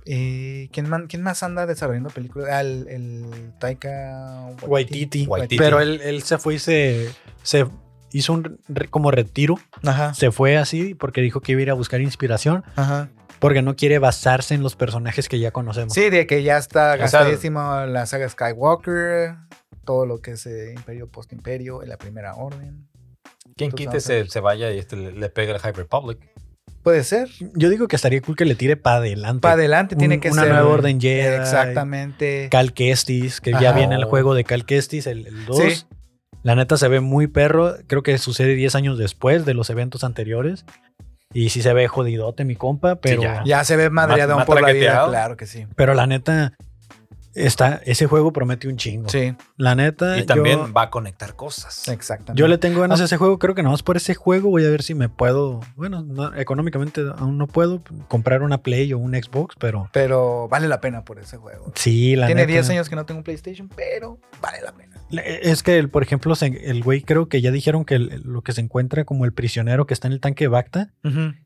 S3: Eh, ¿quién, man- quién más anda desarrollando películas? Ah, el, el Taika
S1: Waititi.
S2: Waititi.
S1: Pero él, él se fue y se, se hizo un re- como retiro.
S3: Ajá.
S1: Se fue así porque dijo que iba a ir a buscar inspiración
S3: Ajá.
S1: porque no quiere basarse en los personajes que ya conocemos.
S3: Sí, de que ya
S2: O
S3: está
S2: sea,
S3: gastadísimo la saga Skywalker, todo lo que es eh, Imperio Post-Imperio, la Primera Orden.
S2: Quien
S3: Tú
S2: quite
S3: sabes.
S2: se, se vaya y este le, le pega al High Republic.
S3: Puede ser.
S1: Yo digo que estaría cool que le tire para adelante.
S3: Para adelante tiene
S1: Un-
S3: que
S1: una
S3: ser.
S1: nueva orden Jedi.
S3: Exactamente.
S1: Cal Kestis, que ya
S3: Ajá.
S1: viene el juego de Cal Kestis, el, 2.
S3: Sí.
S1: La neta se ve muy perro. Creo que sucede 10 años después de los eventos anteriores. Y sí se ve jodidote mi compa, pero,
S2: ya.
S3: Ya se ve madreadón
S2: más
S3: por la vida.
S2: traqueteado.
S3: Claro que sí.
S1: pero la neta, está, ese juego promete un chingo.
S3: Sí,
S1: La neta,
S2: Y también
S1: Ah, yo,
S2: va a conectar cosas.
S3: exactamente.
S1: yo le tengo
S3: Ah.
S1: ganas a ese juego. Creo que nada más por ese juego voy a ver si me puedo. Bueno, no- económicamente aún no puedo comprar una Play o un Xbox, pero
S3: Pero vale la pena por ese juego.
S1: sí, la
S3: Tiene
S1: neta.
S3: 10 años que no tengo un PlayStation, pero vale la pena.
S1: eh, Es que, el- por ejemplo, se- el güey creo que ya dijeron que el- lo que se encuentra como el prisionero que está en el tanque de Bacta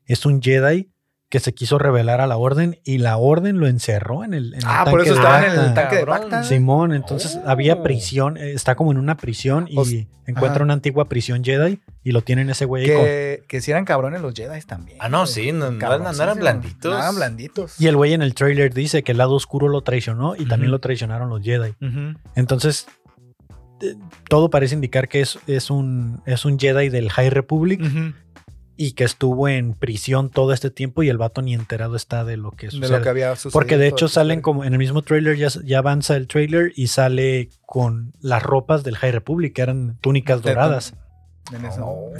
S1: es un Jedi que se quiso revelar a la orden y la orden lo encerró en el, en el
S3: Ah,
S1: tanque
S3: por eso
S1: de
S3: estaba en
S1: Bacta.
S3: el tanque de
S2: Cabrón.
S3: Bacta.
S1: Simón, entonces
S2: Oh.
S1: había prisión, eh, está como en una prisión y
S3: O s-
S1: encuentra
S3: ajá.
S1: una antigua prisión Jedi y lo tienen ese güey. con-
S3: Que, que si eran cabrones los Jedi también.
S2: Ah, no,
S3: güey.
S2: sí, no, no
S3: Cabrones,
S2: eran- no eran
S3: sí,
S2: blanditos.
S3: No eran blanditos.
S1: Y el güey en el trailer dice que el lado oscuro lo traicionó y también
S3: Ujú.
S1: lo traicionaron los Jedi.
S3: Ujú.
S1: Entonces, eh, todo parece indicar que es, es, un, es un Jedi del High Republic
S3: Ujú.
S1: y que estuvo en prisión todo este tiempo y el vato ni enterado está de lo que
S3: De
S1: sucede.
S3: lo que había sucedido.
S1: Porque de hecho
S3: todo
S1: salen
S3: esto.
S1: como en el mismo trailer, ya, ya avanza el trailer y sale con las ropas del High Republic, que eran túnicas
S3: De-
S1: doradas.
S3: en ese-
S2: Oh,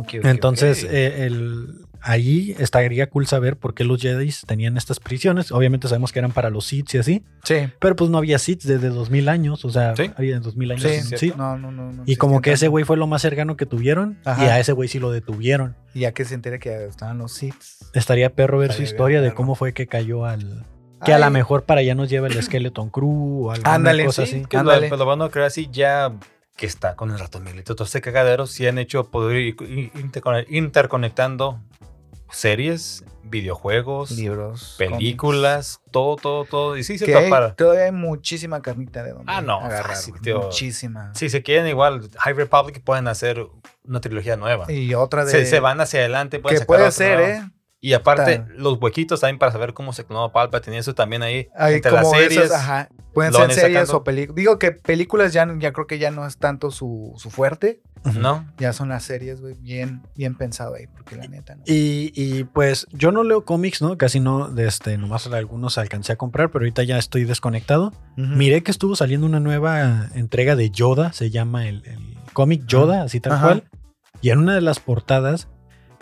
S2: ok, ok,
S1: Entonces,
S2: ok.
S1: eh, el, ahí estaría cool saber por qué los Jedi tenían estas prisiones. Obviamente sabemos que eran para los Sith y así,
S3: Sí.
S1: pero pues no había Sith desde 2000 años, o sea,
S2: Sí.
S1: había 2000 años
S3: Sí,
S1: sin
S2: es cierto.
S1: Sith.
S3: No, no, no. no
S1: Y como que ese
S3: existían
S1: güey fue lo más cercano que tuvieron
S3: Ajá.
S1: y a ese güey sí lo detuvieron.
S3: tanto. Y ya que se entere que estaban los Siths.
S1: Estaría perro ver su
S3: Estaría bien
S1: historia de
S3: perro.
S1: cómo fue que cayó al... Que a lo
S3: Ay,
S1: mejor para allá nos lleva el Skeleton Crew o alguna
S3: Ándale,
S1: cosa
S2: Sí,
S1: así.
S2: que pues, lo,
S3: Ándale.
S2: pero lo van a crear así ya que está con el ratón milito. Todo este cagadero sí han hecho poder ir in- intercone- interconectando series, videojuegos,
S3: Libros.
S2: películas, todo, todo, todo. Y sí se
S3: cómics. Que hay-
S2: para.
S3: todavía hay muchísima carnita de donde
S2: Ah, no,
S3: agarrar.
S2: fácil,
S3: güey.
S2: tío.
S3: Muchísima.
S2: Si se quieren igual, High Republic pueden hacer una trilogía nueva.
S3: Y otra de.
S2: Se, se van hacia adelante. pueden
S3: Que
S2: sacar
S3: puede
S2: otra
S3: ser,
S2: nueva.
S3: ¿eh?
S2: Y aparte,
S3: Puta.
S2: los huequitos también para saber cómo se clonó Palpatine. Eso también ahí.
S3: Hay
S2: entre
S3: como
S2: las
S3: esas,
S2: series.
S3: ajá. Pueden
S2: lo
S3: ser
S2: van a ir
S3: series
S2: sacando.
S3: o películas. Digo que películas ya, ya creo que ya no es tanto su, su fuerte.
S2: ¿No?
S3: Ya son las series, güey. Bien, bien pensado ahí, porque la neta, ¿no?
S1: Y, y, pues yo no leo cómics, ¿no? Casi no, de este, nomás algunos alcancé a comprar, pero ahorita ya estoy desconectado.
S3: Ujú.
S1: Miré que estuvo saliendo una nueva entrega de Yoda, se llama el, el cómic Yoda, así tal
S3: Ajá.
S1: cual. Y en una de las portadas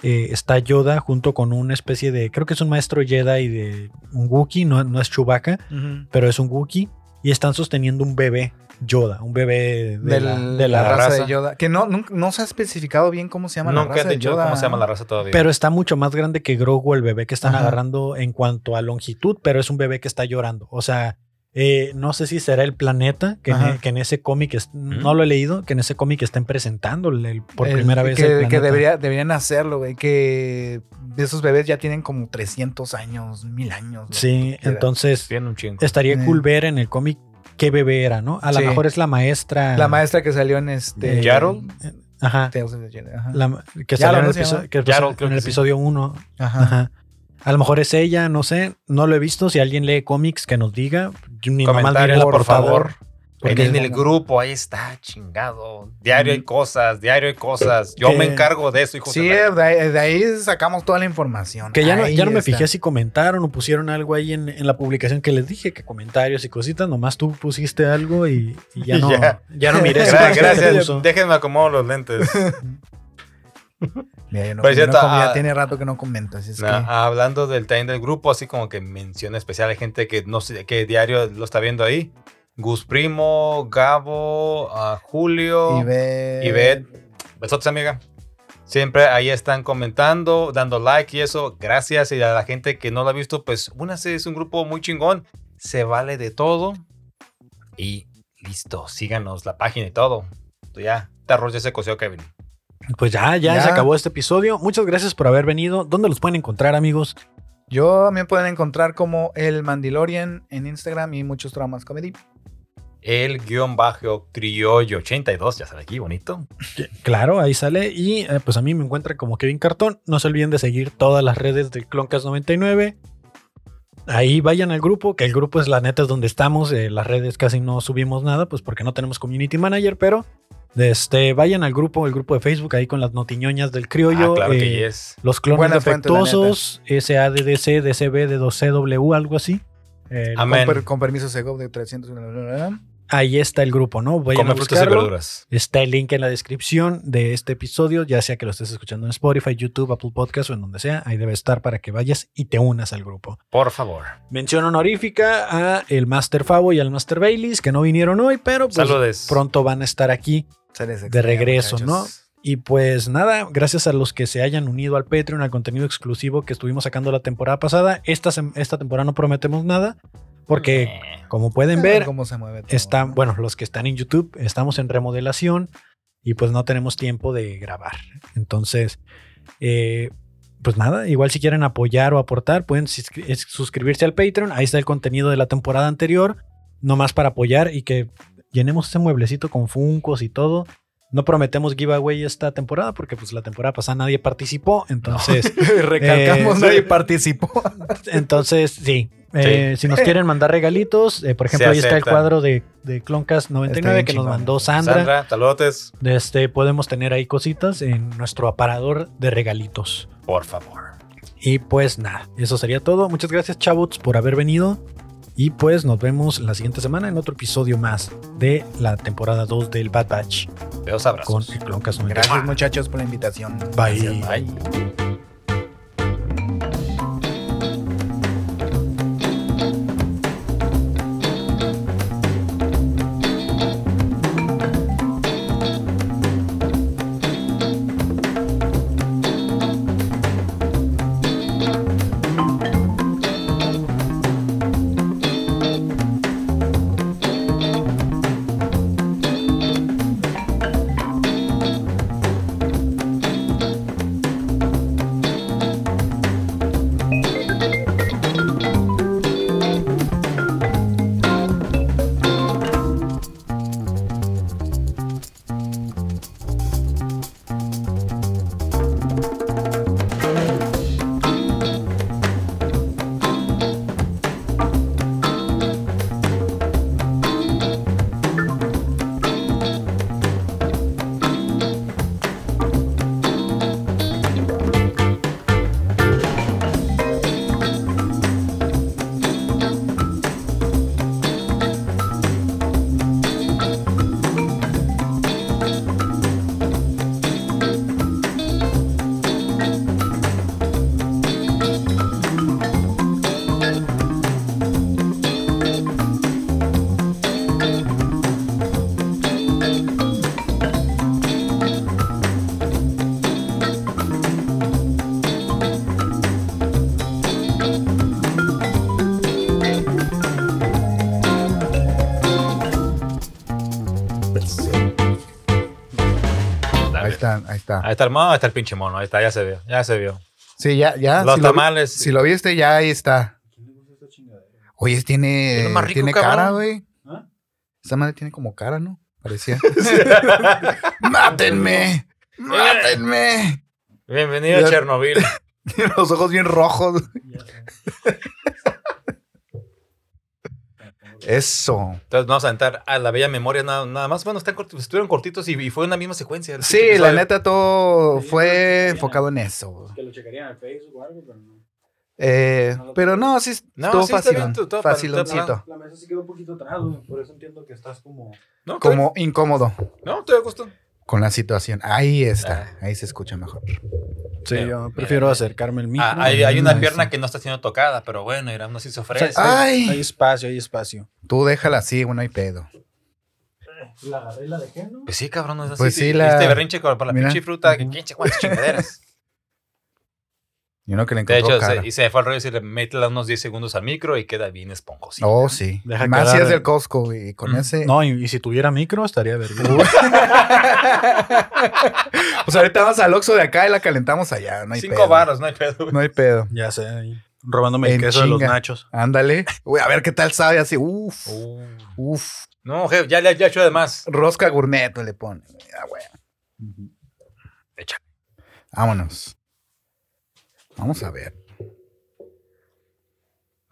S1: eh, está Yoda junto con una especie de, creo que es un maestro Jedi de un Wookiee, no, no es Chewbacca,
S3: Ujú.
S1: pero es un Wookiee, y están sosteniendo un bebé Yoda, un bebé de,
S3: Del-
S1: la, de la raza.
S3: raza,
S2: raza.
S3: de Yoda. Que no, nunca- no se ha especificado bien cómo se llama la
S2: Nunca
S3: raza
S2: he
S3: de
S2: dicho
S3: Yoda.
S2: cómo se llama la raza todavía.
S1: Pero está mucho más grande que Grogu, el bebé que están
S3: Ajá.
S1: agarrando en cuanto a longitud, pero es un bebé que está llorando. O sea, eh, no sé si será el planeta que, en, e,
S3: Ajá.
S1: que en ese cómic, es- no lo he leído, que en ese cómic estén presentando el- el- por
S3: El-
S1: primera vez.
S3: eh, Que,
S1: el
S3: que
S1: planeta.
S3: debería- deberían hacerlo, güey. Que esos bebés ya tienen como 300 años, 1000 años. güey.
S1: Sí, entonces
S2: Bien un chingo.
S1: estaría
S3: Eh.
S1: cool ver en el cómic qué bebé era, ¿no? A lo
S3: Sí.
S1: mejor es la maestra.
S3: La maestra que salió en este.
S1: Eh,
S2: Yarl.
S1: Ajá.
S3: Tales of the Jedi, ajá.
S1: la- que
S3: Yarl,
S1: salió en
S3: ¿no
S1: el,
S3: se
S1: episo-
S3: llama?
S1: que
S2: Yarl,
S1: en
S2: creo
S1: el
S2: que sí.
S1: episodio 1.
S3: Ajá.
S1: Ajá. A lo mejor es ella, no sé, no lo he visto. Si alguien lee cómics, que nos diga. Ni nomás diré
S2: Comentarios,
S1: la
S2: por,
S1: portada.
S2: favor.
S1: Porque
S2: en
S3: es-
S2: el grupo, ahí está, chingado. Diario hay cosas, diario hay cosas. Yo
S1: Que-
S2: me encargo de eso, hijo
S3: Sí,
S2: de la-
S3: de ahí, de ahí sacamos toda la información.
S1: Que ya no,
S3: Ahí
S1: ya no me
S3: está.
S1: fijé si comentaron o pusieron algo ahí en, en la publicación que les dije, que comentarios y cositas, nomás tú pusiste algo y, y ya,
S2: Y
S1: no, ya.
S2: ya.
S1: no miré.
S2: [LAUGHS]
S1: si
S2: Gra-
S1: más te
S2: gracias,
S1: puso.
S2: déjenme acomodo los lentes.
S3: Mira, yo no,
S2: Pues
S3: yo no
S2: cierto,
S3: comí, ya
S2: ah,
S3: tiene rato que no comento, así es
S2: Nah,
S3: que.
S2: Hablando del time del grupo, así como que mención especial hay gente que no sé, que diario lo está viendo ahí. Gus Primo, Gabo, ah, Julio,
S3: Y ve.
S2: Ivette. Besotes, amiga. Siempre ahí están comentando, dando like y eso. Gracias. Y a la gente que no lo ha visto, pues únase, es un grupo muy chingón. Se vale de todo. Y listo, síganos la página y todo. Tú Ya, este arroz ya se coció, Kevin.
S1: Pues ya, ya,
S3: Ya.
S1: se acabó este episodio. Muchas gracias por haber venido. ¿Dónde los pueden encontrar, amigos?
S3: Yo me pueden encontrar como el Mandalorian en Instagram y muchos dramas comedy.
S2: El guión bajo criollo 82, ya sale aquí, bonito.
S1: Claro, ahí sale. Y eh, pues a mí me encuentran como Kevin Cartón. No se olviden de seguir todas las redes del Cloncast99. Ahí vayan al grupo, que el grupo es la neta es donde estamos. eh, las redes casi no subimos nada, pues porque no tenemos community manager, pero este, vayan al grupo, el grupo de Facebook, ahí con las notiñoñas del criollo.
S2: ah, claro
S1: eh,
S2: que yes.
S1: Los clones
S3: Buena fuente, la
S1: defectuosos, SADDC, DCB, D2CW, algo así. Eh,
S2: Amén.
S3: Con, per- con permiso Segov de 300. bla, bla, bla, bla.
S1: ahí está el grupo, ¿no? Vayan a
S2: Come frutas y
S1: buscarlo.
S2: verduras.
S1: Está el link en la descripción de este episodio, ya sea que lo estés escuchando en Spotify, YouTube, Apple Podcast o en donde sea, ahí debe estar para que vayas y te unas al grupo.
S2: Por favor.
S1: Mención honorífica a el Master Favo y al Master Baileys, que no vinieron hoy, pero pues
S2: Saludes.
S1: pronto van a estar aquí.
S3: Se les
S1: De regreso,
S3: muchachos.
S1: Y pues nada, gracias a los que se hayan unido al Patreon, al contenido exclusivo que estuvimos sacando la temporada pasada. Esta, sem- esta temporada no prometemos nada, porque
S2: Eh,
S1: como pueden
S3: Saben
S1: ver,
S3: cómo se mueve todo,
S1: están,
S2: [LAUGHS]
S3: [LAUGHS] ¿no?
S1: bueno, los que están en YouTube, estamos en remodelación y pues no tenemos tiempo de grabar. Entonces, eh, pues nada, igual si quieren apoyar o aportar, pueden suscri- es- suscribirse al Patreon. Ahí está el contenido de la temporada anterior, nomás para apoyar y que llenemos ese mueblecito con funcos y todo. No prometemos giveaway esta temporada porque pues la temporada pasada nadie participó, entonces,
S3: Recalcamos,
S1: Eh,
S3: nadie
S1: sí.
S3: participó. [LAUGHS]
S1: entonces sí. Eh, Si nos quieren mandar regalitos, eh, por
S2: Se
S1: ejemplo, ahí está el
S2: aceptan.
S1: cuadro de, de Cloncast
S3: Está
S1: 99
S3: bien
S1: que nos
S3: chingón.
S1: mandó Sandra.
S2: Sandra, saludos.
S1: Este, podemos tener ahí cositas en nuestro aparador de regalitos.
S2: Por favor.
S1: Y pues nada, eso sería todo. Muchas gracias, chavos, por haber venido. Y pues nos vemos la siguiente semana en otro episodio más de la temporada 2 del Bad Batch
S2: Besos abrazos.
S1: con el Cloncast 99.
S3: Gracias, muchachos, por la invitación.
S1: Bye.
S3: Gracias,
S2: Bye.
S3: Ahí está, ahí está.
S2: Ahí está el mono, ahí está el pinche mono. Ahí está, ya se vio. Ya se vio.
S3: Sí, ya, ya.
S2: Los
S3: Ah, si Lo, vi-
S2: tamales.
S3: si lo viste, ya ahí está. Oye, tiene,
S2: Es lo más rico,
S3: tiene
S2: cabrón.
S3: cara, güey.
S1: ¿Ah?
S3: Esa madre tiene como cara, ¿no? Parecía. ¡Mátenme! ¡Mátenme!
S2: Bienvenido
S3: Ya-
S2: a Chernobyl.
S3: Tiene los ojos bien rojos. Eso.
S2: Entonces vamos a entrar a la bella memoria nada, nada más. Bueno, están corti- estuvieron cortitos y, y fue una misma secuencia. El
S3: Sí,
S2: episodio.
S3: la neta, todo fue enfocado en eso.
S1: Que lo checarían en Facebook o algo, pero no.
S3: Eh, pero no, sí,
S2: No,
S3: todo
S2: sí, está bien,
S3: facilón.
S2: tú- todo para-
S3: faciloncito.
S1: La mesa se quedó un poquito atrás, por eso entiendo que estás como.
S2: No, estoy-
S3: Como incómodo
S2: no, estoy a gusto.
S3: con la situación. Ahí está. Ahí se escucha mejor.
S1: Sí,
S2: Mira,
S1: yo
S2: mira,
S1: prefiero
S2: mira.
S1: acercarme al micro.
S2: Ah, hay, hay
S3: no,
S2: una
S3: sí.
S2: pierna que no está siendo tocada, pero bueno, Irán no sí se
S1: O sea,
S2: ofrece.
S3: ah,
S1: hay-
S3: Ay.
S1: hay espacio, hay espacio.
S3: Tú déjala así, bueno, hay pedo.
S1: La agarré y la dejé, ¿no?
S2: Pues sí, cabrón, no es así.
S3: Pues sí,
S2: te-
S3: la-
S2: Este berrinche con- por la
S3: Mira.
S2: pinche fruta, que
S3: Ujú.
S2: pinche
S3: [LAUGHS]
S2: cuántas chingaderas.
S3: Y uno que le
S2: De
S3: encontró
S2: hecho,
S3: cara.
S2: se, y se fue al rollo y se le mete unos 10 segundos al micro y queda bien esponjosito.
S3: Oh, sí.
S1: Deja
S3: Más
S1: que
S3: si es
S1: agarre.
S3: del Costco, güey. y Con
S2: Mm,
S3: ese.
S1: No, y, y si tuviera micro estaría verga.
S3: Pues ahorita vamos al Oxxo de acá y la calentamos allá. No hay
S2: Cinco
S3: pedo.
S2: barros, no hay pedo. güey.
S3: No hay pedo.
S1: [LAUGHS] ya sé, ahí, robándome el
S3: En
S1: queso de los
S3: chinga.
S1: nachos.
S3: Ándale. Uy, a ver qué tal sabe así. Uf.
S2: Uh.
S3: Uf.
S2: No, jefe, ya le ya he hecho además.
S3: Rosca gourmet le pone. Ah, güey.
S2: Echa.
S3: Vámonos. Vamos a ver.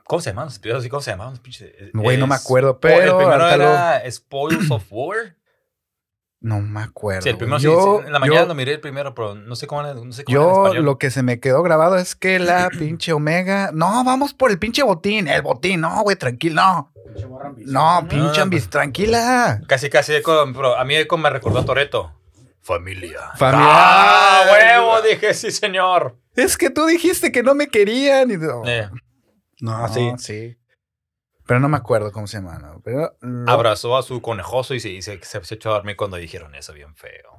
S2: ¿Cómo se llamaban los episodios? ¿Cómo se llamaban los pinches? eh,
S3: Güey, no me
S2: Es-
S3: acuerdo,
S2: Oh, El
S3: pero
S2: primero
S3: ahorita lo-
S2: era Spoils of
S3: [CLEARS THROAT]
S2: War.
S3: No me acuerdo.
S2: Sí, el primero
S3: güey.
S2: sí, sí, En la mañana
S3: yo-
S2: lo miré el primero, pero no sé cómo era, no sé cómo era en
S3: Yo
S2: español.
S3: lo que se me quedó grabado es
S2: [CLEARS THROAT]
S3: que la pinche Omega. No, vamos por el pinche botín. El botín, no, güey, tranquilo. No, no
S2: No,
S3: pinche
S2: no,
S3: ambis, tranquila.
S2: Casi, casi, Eco, pero a mí Eco me recordó a Toreto. Familia.
S3: Familia.
S2: ¡Ah, huevo! Dije, sí, señor.
S3: Es que tú dijiste que no me querían. Y...
S2: Eh,
S1: No, pues,
S3: No,
S1: sí.
S3: sí. Pero no me acuerdo cómo se llama. ¿no? Pero lo-
S2: abrazó a su conejoso y se, y se, se- se echó a dormir cuando dijeron eso, bien feo.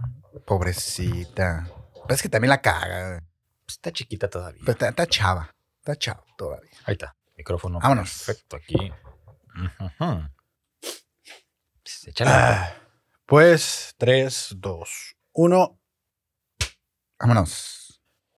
S3: Pobrecita. Pero es que también la caga.
S2: Pues está chiquita todavía.
S3: Pero está, está chava. Está chava todavía.
S2: Ahí está. Micrófono.
S3: Vámonos.
S2: Perfecto, aquí. Ujujú. Pues, échale.
S1: Ah, pues 3, 2, 1.
S3: Vámonos.